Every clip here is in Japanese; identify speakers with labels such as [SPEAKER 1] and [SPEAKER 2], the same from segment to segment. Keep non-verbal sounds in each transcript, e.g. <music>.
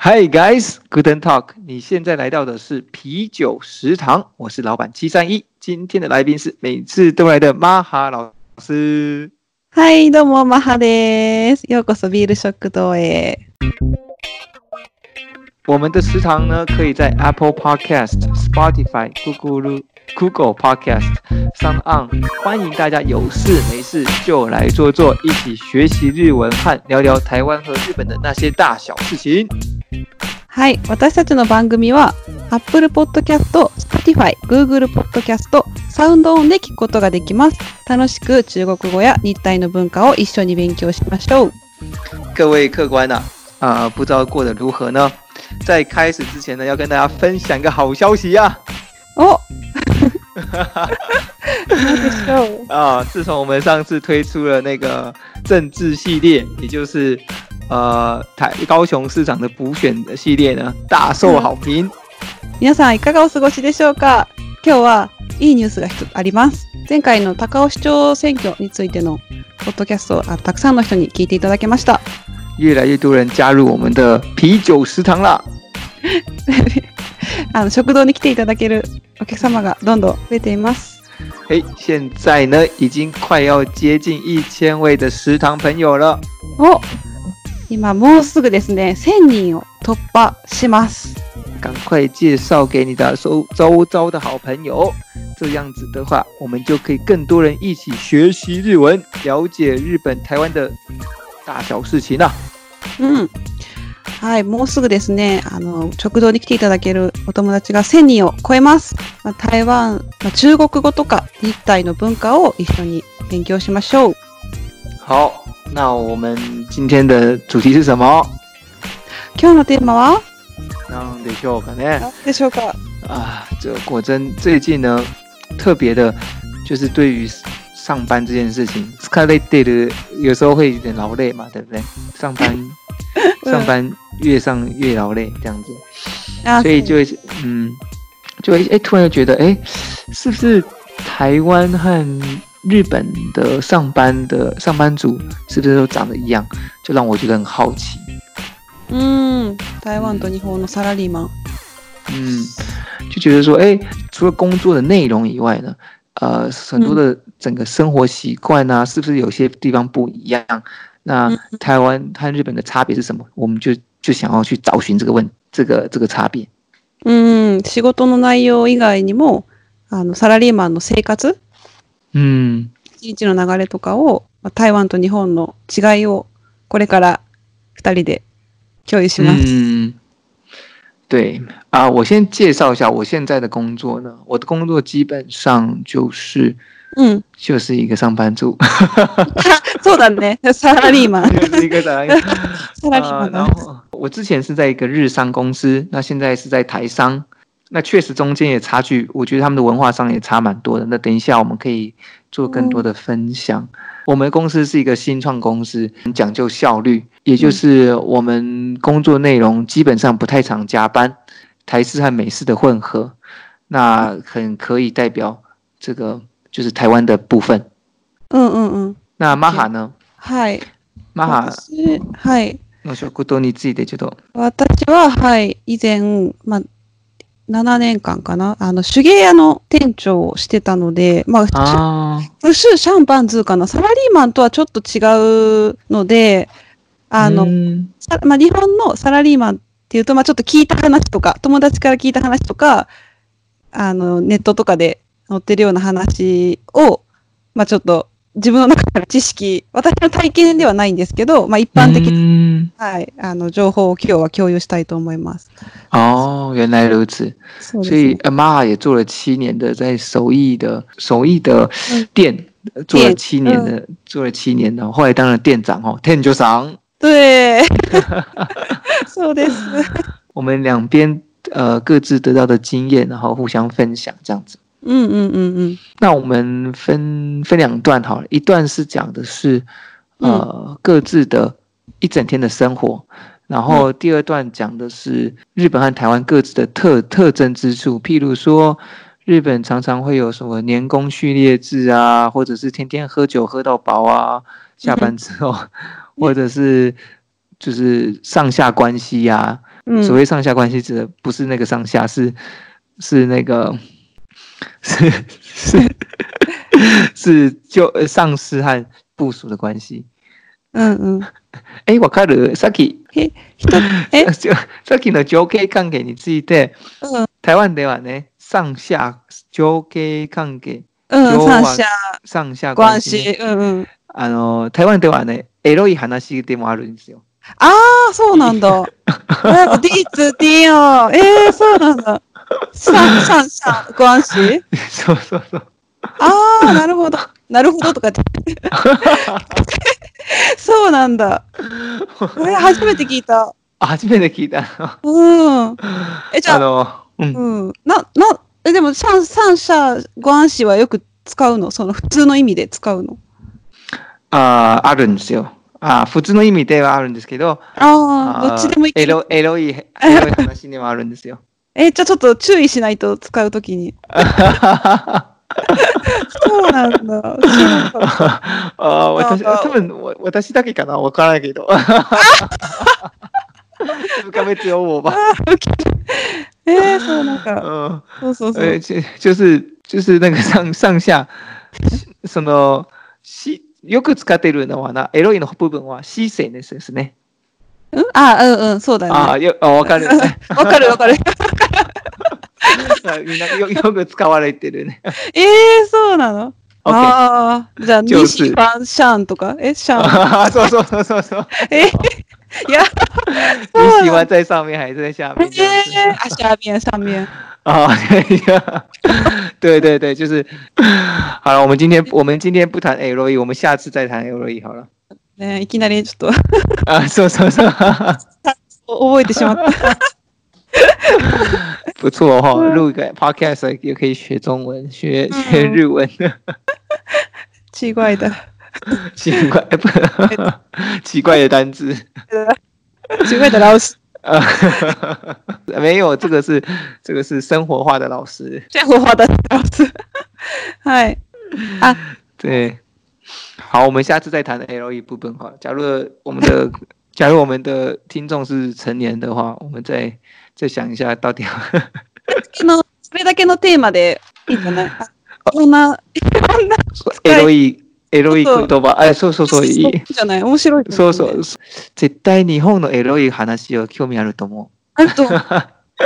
[SPEAKER 1] Hi guys, good and talk。你现在来到的是啤酒食堂，我是老板七三一。今天的来宾是每次都来的马哈老师。
[SPEAKER 2] はい、どうも、マハです。ようこそビール食堂へ。
[SPEAKER 1] 我们的食堂呢，可以在 Apple Podcast、Spotify、Google、Google Podcast 上 on。欢迎大家有事没事就来坐坐，一起学习日文和聊聊台湾和日本的那些大小事情。
[SPEAKER 2] はい、私たちの番組は、Apple Podcast、Spotify、Google Podcast、サウンドオンで聞くことができます。楽しく中国語や日体の文化を一緒に勉強しましょう。
[SPEAKER 1] 各位客官呐、啊，不知道过得如何呢？在开始之前呢，要跟大家分享个好消息呀、
[SPEAKER 2] お
[SPEAKER 1] 啊！
[SPEAKER 2] 何でしょう
[SPEAKER 1] 啊，自从我们上次推出了那个政治系列，也就是呃台高雄市长的补选的系列呢，大受好评。
[SPEAKER 2] 皆さん、いかがお過ごしでしょうか今日は、いいニュースが一つあります。前回の高尾市長選挙についての、ポッドキャストをあたくさんの人に聞いていただけました。
[SPEAKER 1] 越来越多人加入我们的啤酒食堂啦！
[SPEAKER 2] あの食堂に来ていただけるお客様がどんどん増えています。
[SPEAKER 1] 嘿，现在呢，已经快要接近一千位的食堂朋友了。
[SPEAKER 2] お今もうすぐですね、1000人を突破します。
[SPEAKER 1] 赶快介绍给你的周周遭的好朋友，这样子的话，我们就可以更多人一起学习日文，了解日本、台湾的大小事情啊。
[SPEAKER 2] うん。はい、もうすぐですね、あの、食堂に来ていただけるお友達が1000人を超えます。まあ台湾、まあ中国語とか日体の文化を一緒に勉強しましょう。
[SPEAKER 1] 好，那我们今天的主题是什么？
[SPEAKER 2] 今日のテーマは
[SPEAKER 1] なんでしょうかね？
[SPEAKER 2] 何でしょうか
[SPEAKER 1] 啊，这果真最近呢，特别的，就是对于上班这件事情 s c a r l e t 的有时候会有点劳累嘛，对不对？上班上班越上越劳累这样子。
[SPEAKER 2] あ
[SPEAKER 1] 所以就会嗯，就会哎、诶突然觉得哎、诶是不是台湾和日本的上班的上班族是不是都长得一样？就让我觉得很好奇。
[SPEAKER 2] うん。台湾と日本のサラリーマン。
[SPEAKER 1] 嗯，就觉得说，哎、除了工作的内容以外呢，呃，很多的整个生活习惯啊，是不是有些地方不一样？那
[SPEAKER 2] 嗯
[SPEAKER 1] 台湾和日本的差别是什么？我们就就想要去找寻这个问这个这个差别。
[SPEAKER 2] うん、仕事の内容以外にも、あの、サラリーマンの生活、
[SPEAKER 1] 嗯，
[SPEAKER 2] 一日の流れとかを、まあ台湾と日本の違いを、これから二人で共有します。
[SPEAKER 1] 嗯，对啊，我先介绍一下我现在的工作呢。我的工作基本上就是
[SPEAKER 2] うん。 <laughs>
[SPEAKER 1] 就是一个上班族， <laughs>
[SPEAKER 2] そうだね。サラリーマン。
[SPEAKER 1] 就是一个打工。
[SPEAKER 2] サラリーマ
[SPEAKER 1] 啊然
[SPEAKER 2] ン、だ。
[SPEAKER 1] 后我之前是在一个日商公司，那现在是在台商。那确实中间也差距，我觉得他们的文化上也差蛮多的。那等一下我们可以做更多的分享。我们公司是一个新创公司，很讲究效率，也就是我们工作内容基本上不太常加班，台式和美式的混合，那很可以代表这个就是台湾的部分。
[SPEAKER 2] うんうんうん。
[SPEAKER 1] 那玛哈呢？
[SPEAKER 2] はい。
[SPEAKER 1] 玛哈，
[SPEAKER 2] 私、はい。
[SPEAKER 1] 那说过多你自己的觉得，
[SPEAKER 2] 私は、はい。以前、まあ、7年間かな。あの、手芸屋の店長をしてたので、まあ、
[SPEAKER 1] 啊，
[SPEAKER 2] 不是上班族かな。サラリーマンとはちょっと違うので、あの、
[SPEAKER 1] 嗯
[SPEAKER 2] さまあ、日本のサラリーマンっていうと、まあ、ちょっと聞いた話とか、友達から聞いた話とか、あの、ネットとかで載ってるような話を、まあ、ちょっと自分の中から知識、私の体験ではないんですけど、まあ、一般的な、
[SPEAKER 1] 嗯
[SPEAKER 2] はい、あの、情報を今日は共有したいと思います。
[SPEAKER 1] 哦，原来如此。
[SPEAKER 2] そうで
[SPEAKER 1] 所
[SPEAKER 2] す
[SPEAKER 1] 以
[SPEAKER 2] ね。
[SPEAKER 1] 呃玛 a 也做了七年的在手艺的手艺的店，呃做了
[SPEAKER 2] 店
[SPEAKER 1] 七年的，做了七年的，后来当了店长哦，店就长。
[SPEAKER 2] <laughs> 对。そうです。
[SPEAKER 1] 我们两边呃各自得到的经验，然后互相分享这样子。
[SPEAKER 2] うんうんうんうん。
[SPEAKER 1] 那我们分分两段好了，一段是讲的是呃、各自的一整天的生活，然后第二段讲的是日本和台湾各自的特特征之处，譬如说日本常常会有什么年功序列制啊，或者是天天喝酒喝到饱啊，下班之后，或者是就是上下关系呀、啊。
[SPEAKER 2] うん。
[SPEAKER 1] 所谓上下关系指的不是那个上下，是是那个 <laughs> 是是是就呃上司和部署的关系。
[SPEAKER 2] うんうん。
[SPEAKER 1] 哎、わかる？さっき
[SPEAKER 2] え、人、
[SPEAKER 1] <laughs>
[SPEAKER 2] え、
[SPEAKER 1] じょさっきの情景関係について、
[SPEAKER 2] うん、
[SPEAKER 1] 台湾ではね、上下情景関係、
[SPEAKER 2] う
[SPEAKER 1] 今
[SPEAKER 2] ん、
[SPEAKER 1] 日は上
[SPEAKER 2] 三者、
[SPEAKER 1] 下
[SPEAKER 2] ご
[SPEAKER 1] 关
[SPEAKER 2] 安
[SPEAKER 1] 系ね、
[SPEAKER 2] 心。うんうん。
[SPEAKER 1] あの台湾ではね、エロい話でもあるんですよ。 <laughs>
[SPEAKER 2] ああ、そうなんだ。なんか、ディーツ、ディオン。ええー、そうなんだ。シャン、シャン、シャン、ご安心。
[SPEAKER 1] そうそうそう。
[SPEAKER 2] ああ、なるほど。なるほどとかって。そうなんだ。えー初めて聞いた。
[SPEAKER 1] あ初めて聞いたの。
[SPEAKER 2] うん。え、じ
[SPEAKER 1] あ
[SPEAKER 2] ゃあ、
[SPEAKER 1] の、うん、
[SPEAKER 2] うん。な、な、え、でも、シャン、シャン、シャン、ご安心はよく使うのその、普通の意味で使うの
[SPEAKER 1] あーあるんですよ。あー普通の意味ではあるんですけど、
[SPEAKER 2] ああ、どっ
[SPEAKER 1] ー
[SPEAKER 2] ちでもいいけ
[SPEAKER 1] エ
[SPEAKER 2] る。
[SPEAKER 1] ロエロいエロい話にもあるんですよ。 <laughs>
[SPEAKER 2] え、じゃあちょっと注意しないと使うときに。
[SPEAKER 1] あ
[SPEAKER 2] そ
[SPEAKER 1] <laughs>
[SPEAKER 2] うなんだ。知らなかった
[SPEAKER 1] ー私
[SPEAKER 2] あー
[SPEAKER 1] 多分わ私だけかなわからないけど。 <laughs> 数ヶ月を我吧。
[SPEAKER 2] えー、そうなんか、
[SPEAKER 1] 嗯，
[SPEAKER 2] そうそうそう。
[SPEAKER 1] 呃，就就是就是那个上上下，そのしよく使ってるのはなエロいの部分はシーセイネスですね。
[SPEAKER 2] うんあ、うんうん、そうだ
[SPEAKER 1] あ
[SPEAKER 2] ね。
[SPEAKER 1] ーよあわかるよね。 <laughs>
[SPEAKER 2] わかるわかる。
[SPEAKER 1] みんなよよく使われてるね。
[SPEAKER 2] えー、そうなの、ああ、じゃあ、
[SPEAKER 1] 上手
[SPEAKER 2] ニシファンシャンとかえ、シャン。
[SPEAKER 1] <laughs> OK，そうそうそうそうそう。
[SPEAKER 2] えいや、
[SPEAKER 1] 你喜欢在上面还是在下
[SPEAKER 2] え
[SPEAKER 1] 面？这样
[SPEAKER 2] <laughs>
[SPEAKER 1] 子
[SPEAKER 2] ー、あ、シャービン、シャービン。
[SPEAKER 1] 啊，对呀， <laughs> 对对对，就是好了。我们今天我们今天不谈 L E，我们下次再谈 L E 好了。
[SPEAKER 2] ね、いきなりちょっと
[SPEAKER 1] 啊，说说 <laughs> 说，
[SPEAKER 2] 覚えてしまった。
[SPEAKER 1] 不错哈、哦，录一个 podcast 也可以学中文，学学日文，
[SPEAKER 2] ちぐいだ。
[SPEAKER 1] 奇怪不 <laughs> 奇怪的单字。
[SPEAKER 2] ちぐいだ、ラオス。
[SPEAKER 1] 啊， <laughs> 没有，这个是这个是生活化的老师。
[SPEAKER 2] じゃあ、ほだ、ラオス。はい。
[SPEAKER 1] 对，好，我们下次再谈 L E 部分哈。假如我们的 <laughs> 假如我们的听众是成年的话，我们再再想一下到底要。 <laughs>
[SPEAKER 2] あの、それだけのテーマでいいんじゃないあこんな、
[SPEAKER 1] エロい、エロい
[SPEAKER 2] そう
[SPEAKER 1] 言葉。あ、そうそうそう。いい
[SPEAKER 2] いいじゃない面白いと
[SPEAKER 1] そ
[SPEAKER 2] 思
[SPEAKER 1] う
[SPEAKER 2] ね
[SPEAKER 1] そう。絶対日本のエロい話を興味あると思
[SPEAKER 2] あると思う。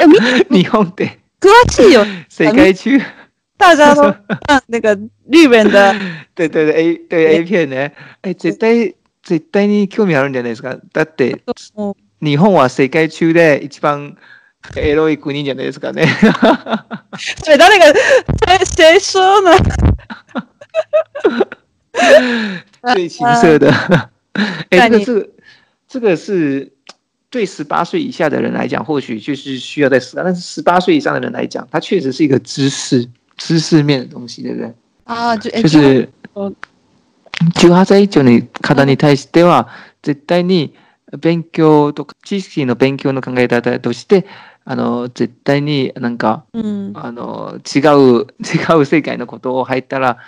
[SPEAKER 2] えみ
[SPEAKER 1] う。日本って
[SPEAKER 2] 詳しいよ。
[SPEAKER 1] 世界中
[SPEAKER 2] 大家都看那个日本的，
[SPEAKER 1] <laughs> 对对对 A 对 A 片ね。え、絶対絶対に興味あるんじゃないですか。だって
[SPEAKER 2] も
[SPEAKER 1] 日本は世界中で一番エロい国じゃないですかね。
[SPEAKER 2] う对，他那个谁谁说呢？
[SPEAKER 1] 最 <laughs> 情色的。哎、
[SPEAKER 2] 那
[SPEAKER 1] 这个
[SPEAKER 2] 你
[SPEAKER 1] 这个这个是对十八岁以下的人来讲，或许就是需要在思考，但是十八岁以上的人来讲，它确实是一个知识知识面的东西，对不对？
[SPEAKER 2] 啊，就
[SPEAKER 1] 就，是
[SPEAKER 2] うん
[SPEAKER 1] 18歳以上の方に対しては、絶対に勉強とか知識の勉強の考え方として、あの絶対になんか
[SPEAKER 2] 嗯，
[SPEAKER 1] あの違う <laughs> 違う世界のことを入ったら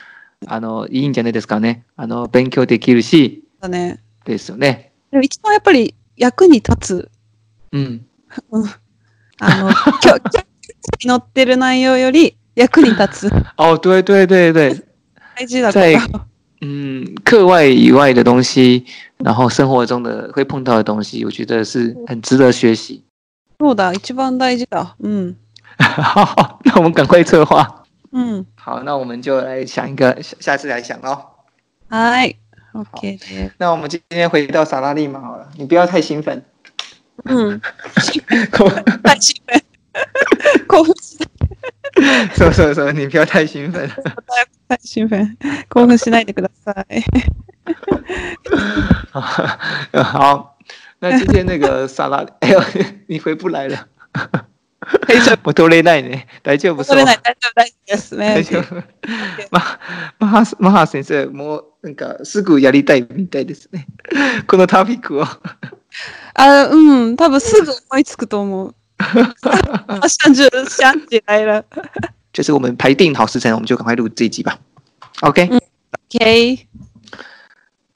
[SPEAKER 1] あのいいんじゃないですかね。あの勉強できるし
[SPEAKER 2] だね。
[SPEAKER 1] ですよね。
[SPEAKER 2] でも一番やっぱり役に立つ、
[SPEAKER 1] うん。
[SPEAKER 2] あの、今日、載ってる内容より役に立つ。
[SPEAKER 1] 哦，对对对对，
[SPEAKER 2] 大事だか
[SPEAKER 1] 在
[SPEAKER 2] ら。
[SPEAKER 1] 嗯课外以外的东西，然后生活中的会碰到的东西，我觉得是很值得学习。 <laughs>
[SPEAKER 2] そうだ、一番大事だ。うん。
[SPEAKER 1] 好，那我们赶快策划。
[SPEAKER 2] うん。
[SPEAKER 1] 好，那我们就来想一个，下下次来想喽。
[SPEAKER 2] はーい。OK です。
[SPEAKER 1] 那我们今天回到萨拉利马好了，你不要太兴 <laughs> 奋。
[SPEAKER 2] <laughs> うん。はい、新聞。興奮しない。
[SPEAKER 1] 说说说，你不要太兴奋。
[SPEAKER 2] はい、新聞。興奮しないでください。
[SPEAKER 1] <laughs> 好，那今天那个萨拉，哎呦，你回不来 <laughs> 了。我都累耐呢，来就不
[SPEAKER 2] 恐
[SPEAKER 1] 错
[SPEAKER 2] れ。ない。大丈夫、大丈夫です
[SPEAKER 1] 大
[SPEAKER 2] ね。
[SPEAKER 1] 丈夫。 <laughs> ママハマハ先生、もうなんかすぐやりたいみたいですね。このトピックを。
[SPEAKER 2] あ、うん、多分すぐ思いつくと思う。あ、シャンジュ、シャンジュ、来了。
[SPEAKER 1] <laughs> 就是我们排定好时辰，我们就赶快录这一集吧。OK，、
[SPEAKER 2] 嗯 OK。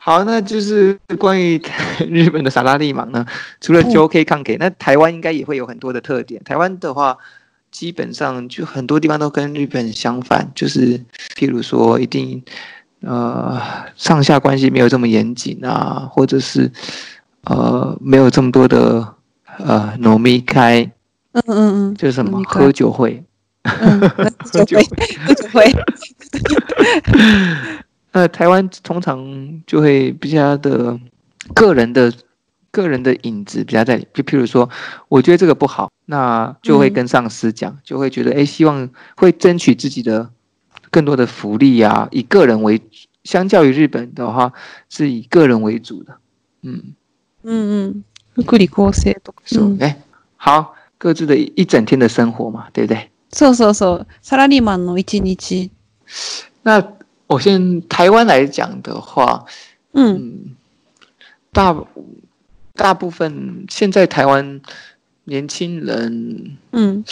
[SPEAKER 1] 好，那就是关于 <laughs> 日本的萨拉利芒呢，除了
[SPEAKER 2] 嗯
[SPEAKER 1] JOK 抗给，那台湾应该也会有很多的特点。台湾的话，基本上就很多地方都跟日本相反，就是譬如说一定呃上下关系没有这么严谨啊，或者是呃没有这么多的呃飲み会，
[SPEAKER 2] うんうんうん。
[SPEAKER 1] 就是什么
[SPEAKER 2] 飲み会
[SPEAKER 1] 喝酒会。
[SPEAKER 2] うん。
[SPEAKER 1] 喝酒会
[SPEAKER 2] 喝酒会。
[SPEAKER 1] 那台湾通常就会比较的个人的个人的影子比较在里，就譬如说，我觉得这个不好，那就会
[SPEAKER 2] 嗯
[SPEAKER 1] 跟上司讲，就会觉得哎，诶希望会争取自己的更多的福利啊，以个人为主，相较于日本的话，是以个人为主的，嗯，
[SPEAKER 2] うんうん。福利厚生とか。
[SPEAKER 1] 是、
[SPEAKER 2] うん
[SPEAKER 1] 哎，好，各自的一一整天的生活嘛，对不对？
[SPEAKER 2] そうそうそう。サラリーマンの一日。
[SPEAKER 1] 那我先台湾来讲的话，
[SPEAKER 2] うん。
[SPEAKER 1] 嗯，大大部分现在台湾年轻人，
[SPEAKER 2] うん。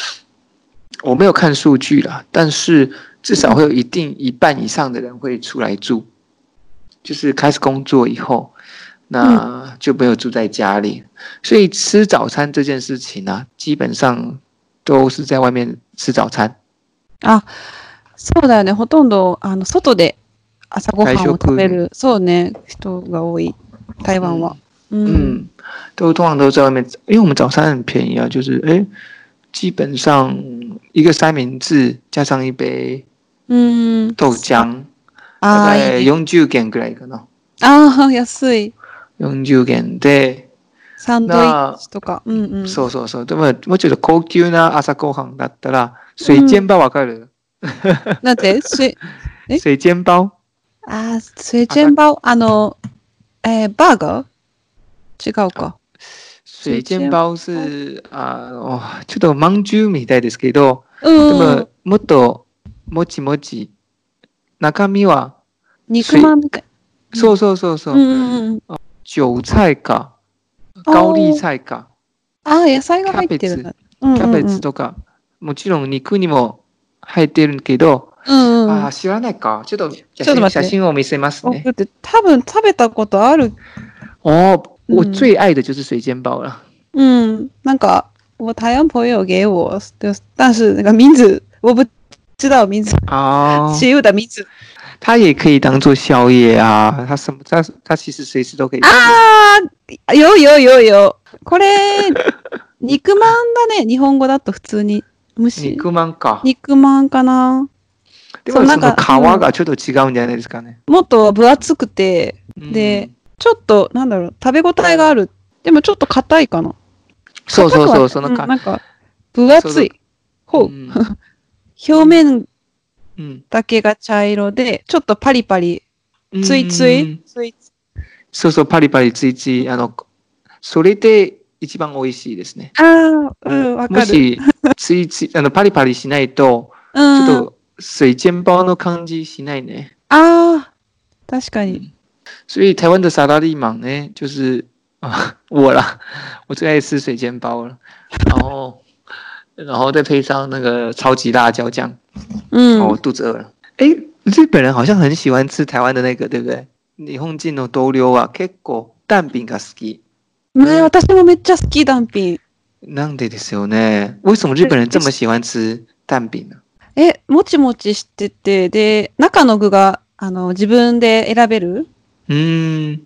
[SPEAKER 1] 我没有看数据啦，但是至少会有一定一半以上的人会出来住，就是开始工作以后，那就没有住在家里，所以吃早餐这件事情啊，基本上都是在外面吃早餐。
[SPEAKER 2] あ、そうだよね。ほとんど、あの、外で朝ごはんを食べる、そうね、人が多い。台湾は。うん。
[SPEAKER 1] 嗯，都通常都在外面，因为我们早餐很便宜啊，就是哎，诶基本上一个三明治加上一杯
[SPEAKER 2] うん。
[SPEAKER 1] 豆浆，大
[SPEAKER 2] あー
[SPEAKER 1] 概
[SPEAKER 2] いいね
[SPEAKER 1] 40元ぐらいかな。
[SPEAKER 2] あー、安い。
[SPEAKER 1] 40元で、
[SPEAKER 2] サンドイッチとか。うんうん。
[SPEAKER 1] そうそうそう。でも、もうちょっと高級な朝ごはんだったら、水煎包わかる、
[SPEAKER 2] なんて、
[SPEAKER 1] <laughs>
[SPEAKER 2] し、え
[SPEAKER 1] 水煎包
[SPEAKER 2] あー、スイチェンバオ、あの、えーバーガー違うか。
[SPEAKER 1] 水
[SPEAKER 2] 水
[SPEAKER 1] 煎
[SPEAKER 2] 煎
[SPEAKER 1] 包
[SPEAKER 2] 包
[SPEAKER 1] 是、あの、ちょっとまんじゅうみたいですけど、
[SPEAKER 2] うん
[SPEAKER 1] で
[SPEAKER 2] う
[SPEAKER 1] も
[SPEAKER 2] ん。、
[SPEAKER 1] もっと、もちもち。中身は、
[SPEAKER 2] 肉まんみたい。うん
[SPEAKER 1] そうそうそうそう。
[SPEAKER 2] うんうんうん。
[SPEAKER 1] 韭菜か、高麗菜か、
[SPEAKER 2] ああ、野菜が入ってるんだ。キ
[SPEAKER 1] キャベツ
[SPEAKER 2] と
[SPEAKER 1] とか、もちろん肉にも入ってるけど、
[SPEAKER 2] うんうん
[SPEAKER 1] あ。ー知らないか。ちょっと写
[SPEAKER 2] ちょっと
[SPEAKER 1] 真
[SPEAKER 2] 待っ
[SPEAKER 1] 写
[SPEAKER 2] て
[SPEAKER 1] 真を見せます
[SPEAKER 2] 僕
[SPEAKER 1] ね。
[SPEAKER 2] だって多分食べたことある。
[SPEAKER 1] 哦，
[SPEAKER 2] うん
[SPEAKER 1] 我最爱的就是水煎包了。
[SPEAKER 2] うん。なんか、我台湾朋友给我，就是但是那个名字我不知道名字，
[SPEAKER 1] 啊，
[SPEAKER 2] 谁有的名字
[SPEAKER 1] 它也可以当做宵夜啊，它什么它它其实随时都可以吃。
[SPEAKER 2] ああ、よよよよ。これ、肉まんだね。日本語だと普通に。むし
[SPEAKER 1] 肉まんか。
[SPEAKER 2] 肉まんかな。
[SPEAKER 1] で
[SPEAKER 2] そう
[SPEAKER 1] も
[SPEAKER 2] な
[SPEAKER 1] そ
[SPEAKER 2] ん
[SPEAKER 1] の
[SPEAKER 2] か
[SPEAKER 1] 皮がちょっと違うんじゃないですかね。
[SPEAKER 2] もっと分厚くて、
[SPEAKER 1] うん
[SPEAKER 2] で、ちょっと、なんだろう、食べ応えがある。でもちょっと硬いかな。
[SPEAKER 1] そうそうそう、そ
[SPEAKER 2] 硬くは
[SPEAKER 1] の
[SPEAKER 2] な
[SPEAKER 1] 皮。
[SPEAKER 2] いうんなんか、分厚い。ほ
[SPEAKER 1] う。
[SPEAKER 2] う
[SPEAKER 1] ん
[SPEAKER 2] 表面
[SPEAKER 1] うん
[SPEAKER 2] だけが茶色で、ちょっとパリパリ、
[SPEAKER 1] うん
[SPEAKER 2] ついつい、ついつい。
[SPEAKER 1] そうそう、パリパリついつい、あの、それで一番美味しいですね。
[SPEAKER 2] ああ、うん、わ
[SPEAKER 1] も
[SPEAKER 2] かる。
[SPEAKER 1] し、ついつい、 <laughs> あの、パリパリしないと、
[SPEAKER 2] う
[SPEAKER 1] ちょっ
[SPEAKER 2] ん。
[SPEAKER 1] と、水煎包の感じしないね。
[SPEAKER 2] ああ、確かに。
[SPEAKER 1] 所以台湾的萨拉利芒呢，就是啊，我啦，我最爱吃水煎包了，然后，然后再配上那个超级辣椒酱，
[SPEAKER 2] う
[SPEAKER 1] 哦，我
[SPEAKER 2] ん。
[SPEAKER 1] 肚子饿了。哎，日本人好像很喜欢吃台湾的那个，对不对？日本人の同僚は結構蛋饼が好き。
[SPEAKER 2] ね、私もめっちゃ好き、ダンピン。
[SPEAKER 1] なんでですよね。为什么日本人这么喜欢吃蛋饼呢？
[SPEAKER 2] え、もちもちしてて、で、中の具が、あの、自分で選べる
[SPEAKER 1] 嗯，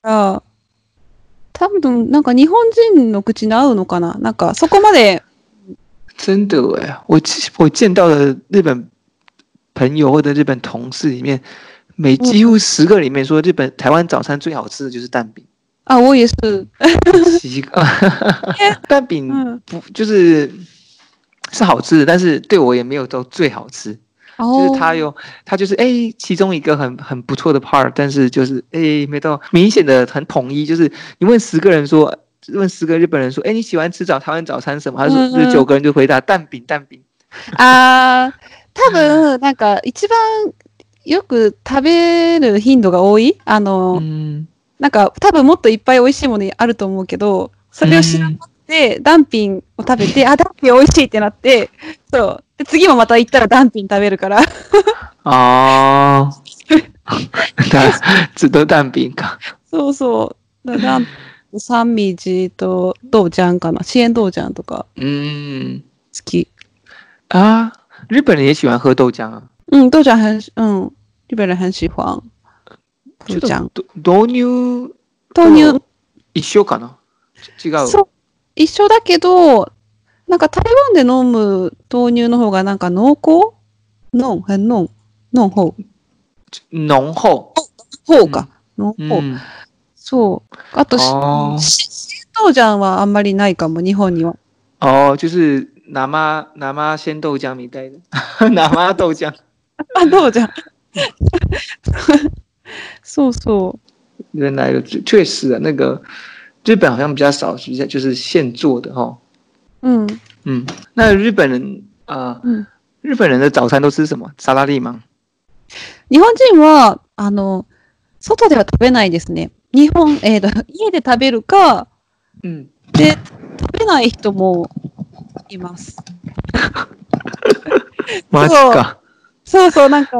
[SPEAKER 2] から、多分、なんか日本人の口に合うのかななんか、そこまで、
[SPEAKER 1] 真的哎，我其我见到的日本朋友或者日本同事里面，每几乎十个里面说日本台湾早餐最好吃的就是蛋饼。
[SPEAKER 2] あ、我也是。
[SPEAKER 1] 奇怪， <laughs> 蛋饼
[SPEAKER 2] うん。
[SPEAKER 1] 不就是是好吃的，但是对我也没有到最好吃。就是
[SPEAKER 2] 哦
[SPEAKER 1] 它有，它就是哎、其中一个很很不错的 part，但是就是哎、没到明显的很统一，就是你问十个人说，问十个日本人说，哎、你喜欢吃早台湾早餐什么？他说
[SPEAKER 2] 嗯
[SPEAKER 1] 就是九个人就回答蛋饼蛋饼。
[SPEAKER 2] あー多分、なんか、一番よく食べる頻度が多いあの、
[SPEAKER 1] 嗯，
[SPEAKER 2] なんか、多分もっといっぱい美味しいものあると思うけど、それを知らなくて、ダンピンを食べて、あ、ダンピン美味しいってなって、 <laughs> そう。で、次もまた行ったらダンピン食べるから、
[SPEAKER 1] 哦， <laughs> だずっと蛋饼か。
[SPEAKER 2] そうそう。だから、三味寺と豆醤かな。支援豆醤とか
[SPEAKER 1] 嗯
[SPEAKER 2] 好き。
[SPEAKER 1] 啊，日本人也喜欢喝豆浆啊。
[SPEAKER 2] うん、豆醤很、うん。日本人很喜欢。豆醤。
[SPEAKER 1] ちょっとど豆乳
[SPEAKER 2] 豆乳
[SPEAKER 1] と、一緒かな。ち違う。
[SPEAKER 2] そう。一緒だけど、なんか台湾で飲む豆乳の方がなんか濃厚濃、很濃。濃厚。
[SPEAKER 1] 濃厚。
[SPEAKER 2] 方か。濃厚。
[SPEAKER 1] うん。
[SPEAKER 2] そう。あと、
[SPEAKER 1] あー
[SPEAKER 2] しし豆醤はあんまりないかも、日本には。
[SPEAKER 1] 哦，就是拿妈拿妈鲜豆浆米带的， <laughs> 拿妈豆浆。
[SPEAKER 2] あ、豆
[SPEAKER 1] <laughs>
[SPEAKER 2] 醤。そうそう。
[SPEAKER 1] 原来的确确实啊，那个日本好像比较少，比较就是现做的哈、哦。
[SPEAKER 2] うん。
[SPEAKER 1] 嗯，那日本人啊、呃
[SPEAKER 2] うん
[SPEAKER 1] 日本人的早餐都吃什么？沙拉利吗？
[SPEAKER 2] 日本人は、あの、外では食べないですね。日本、えーと、家で食べるか、
[SPEAKER 1] 嗯，
[SPEAKER 2] で、食べない人もいます。
[SPEAKER 1] 马吉嘎，
[SPEAKER 2] そうそう、なんか、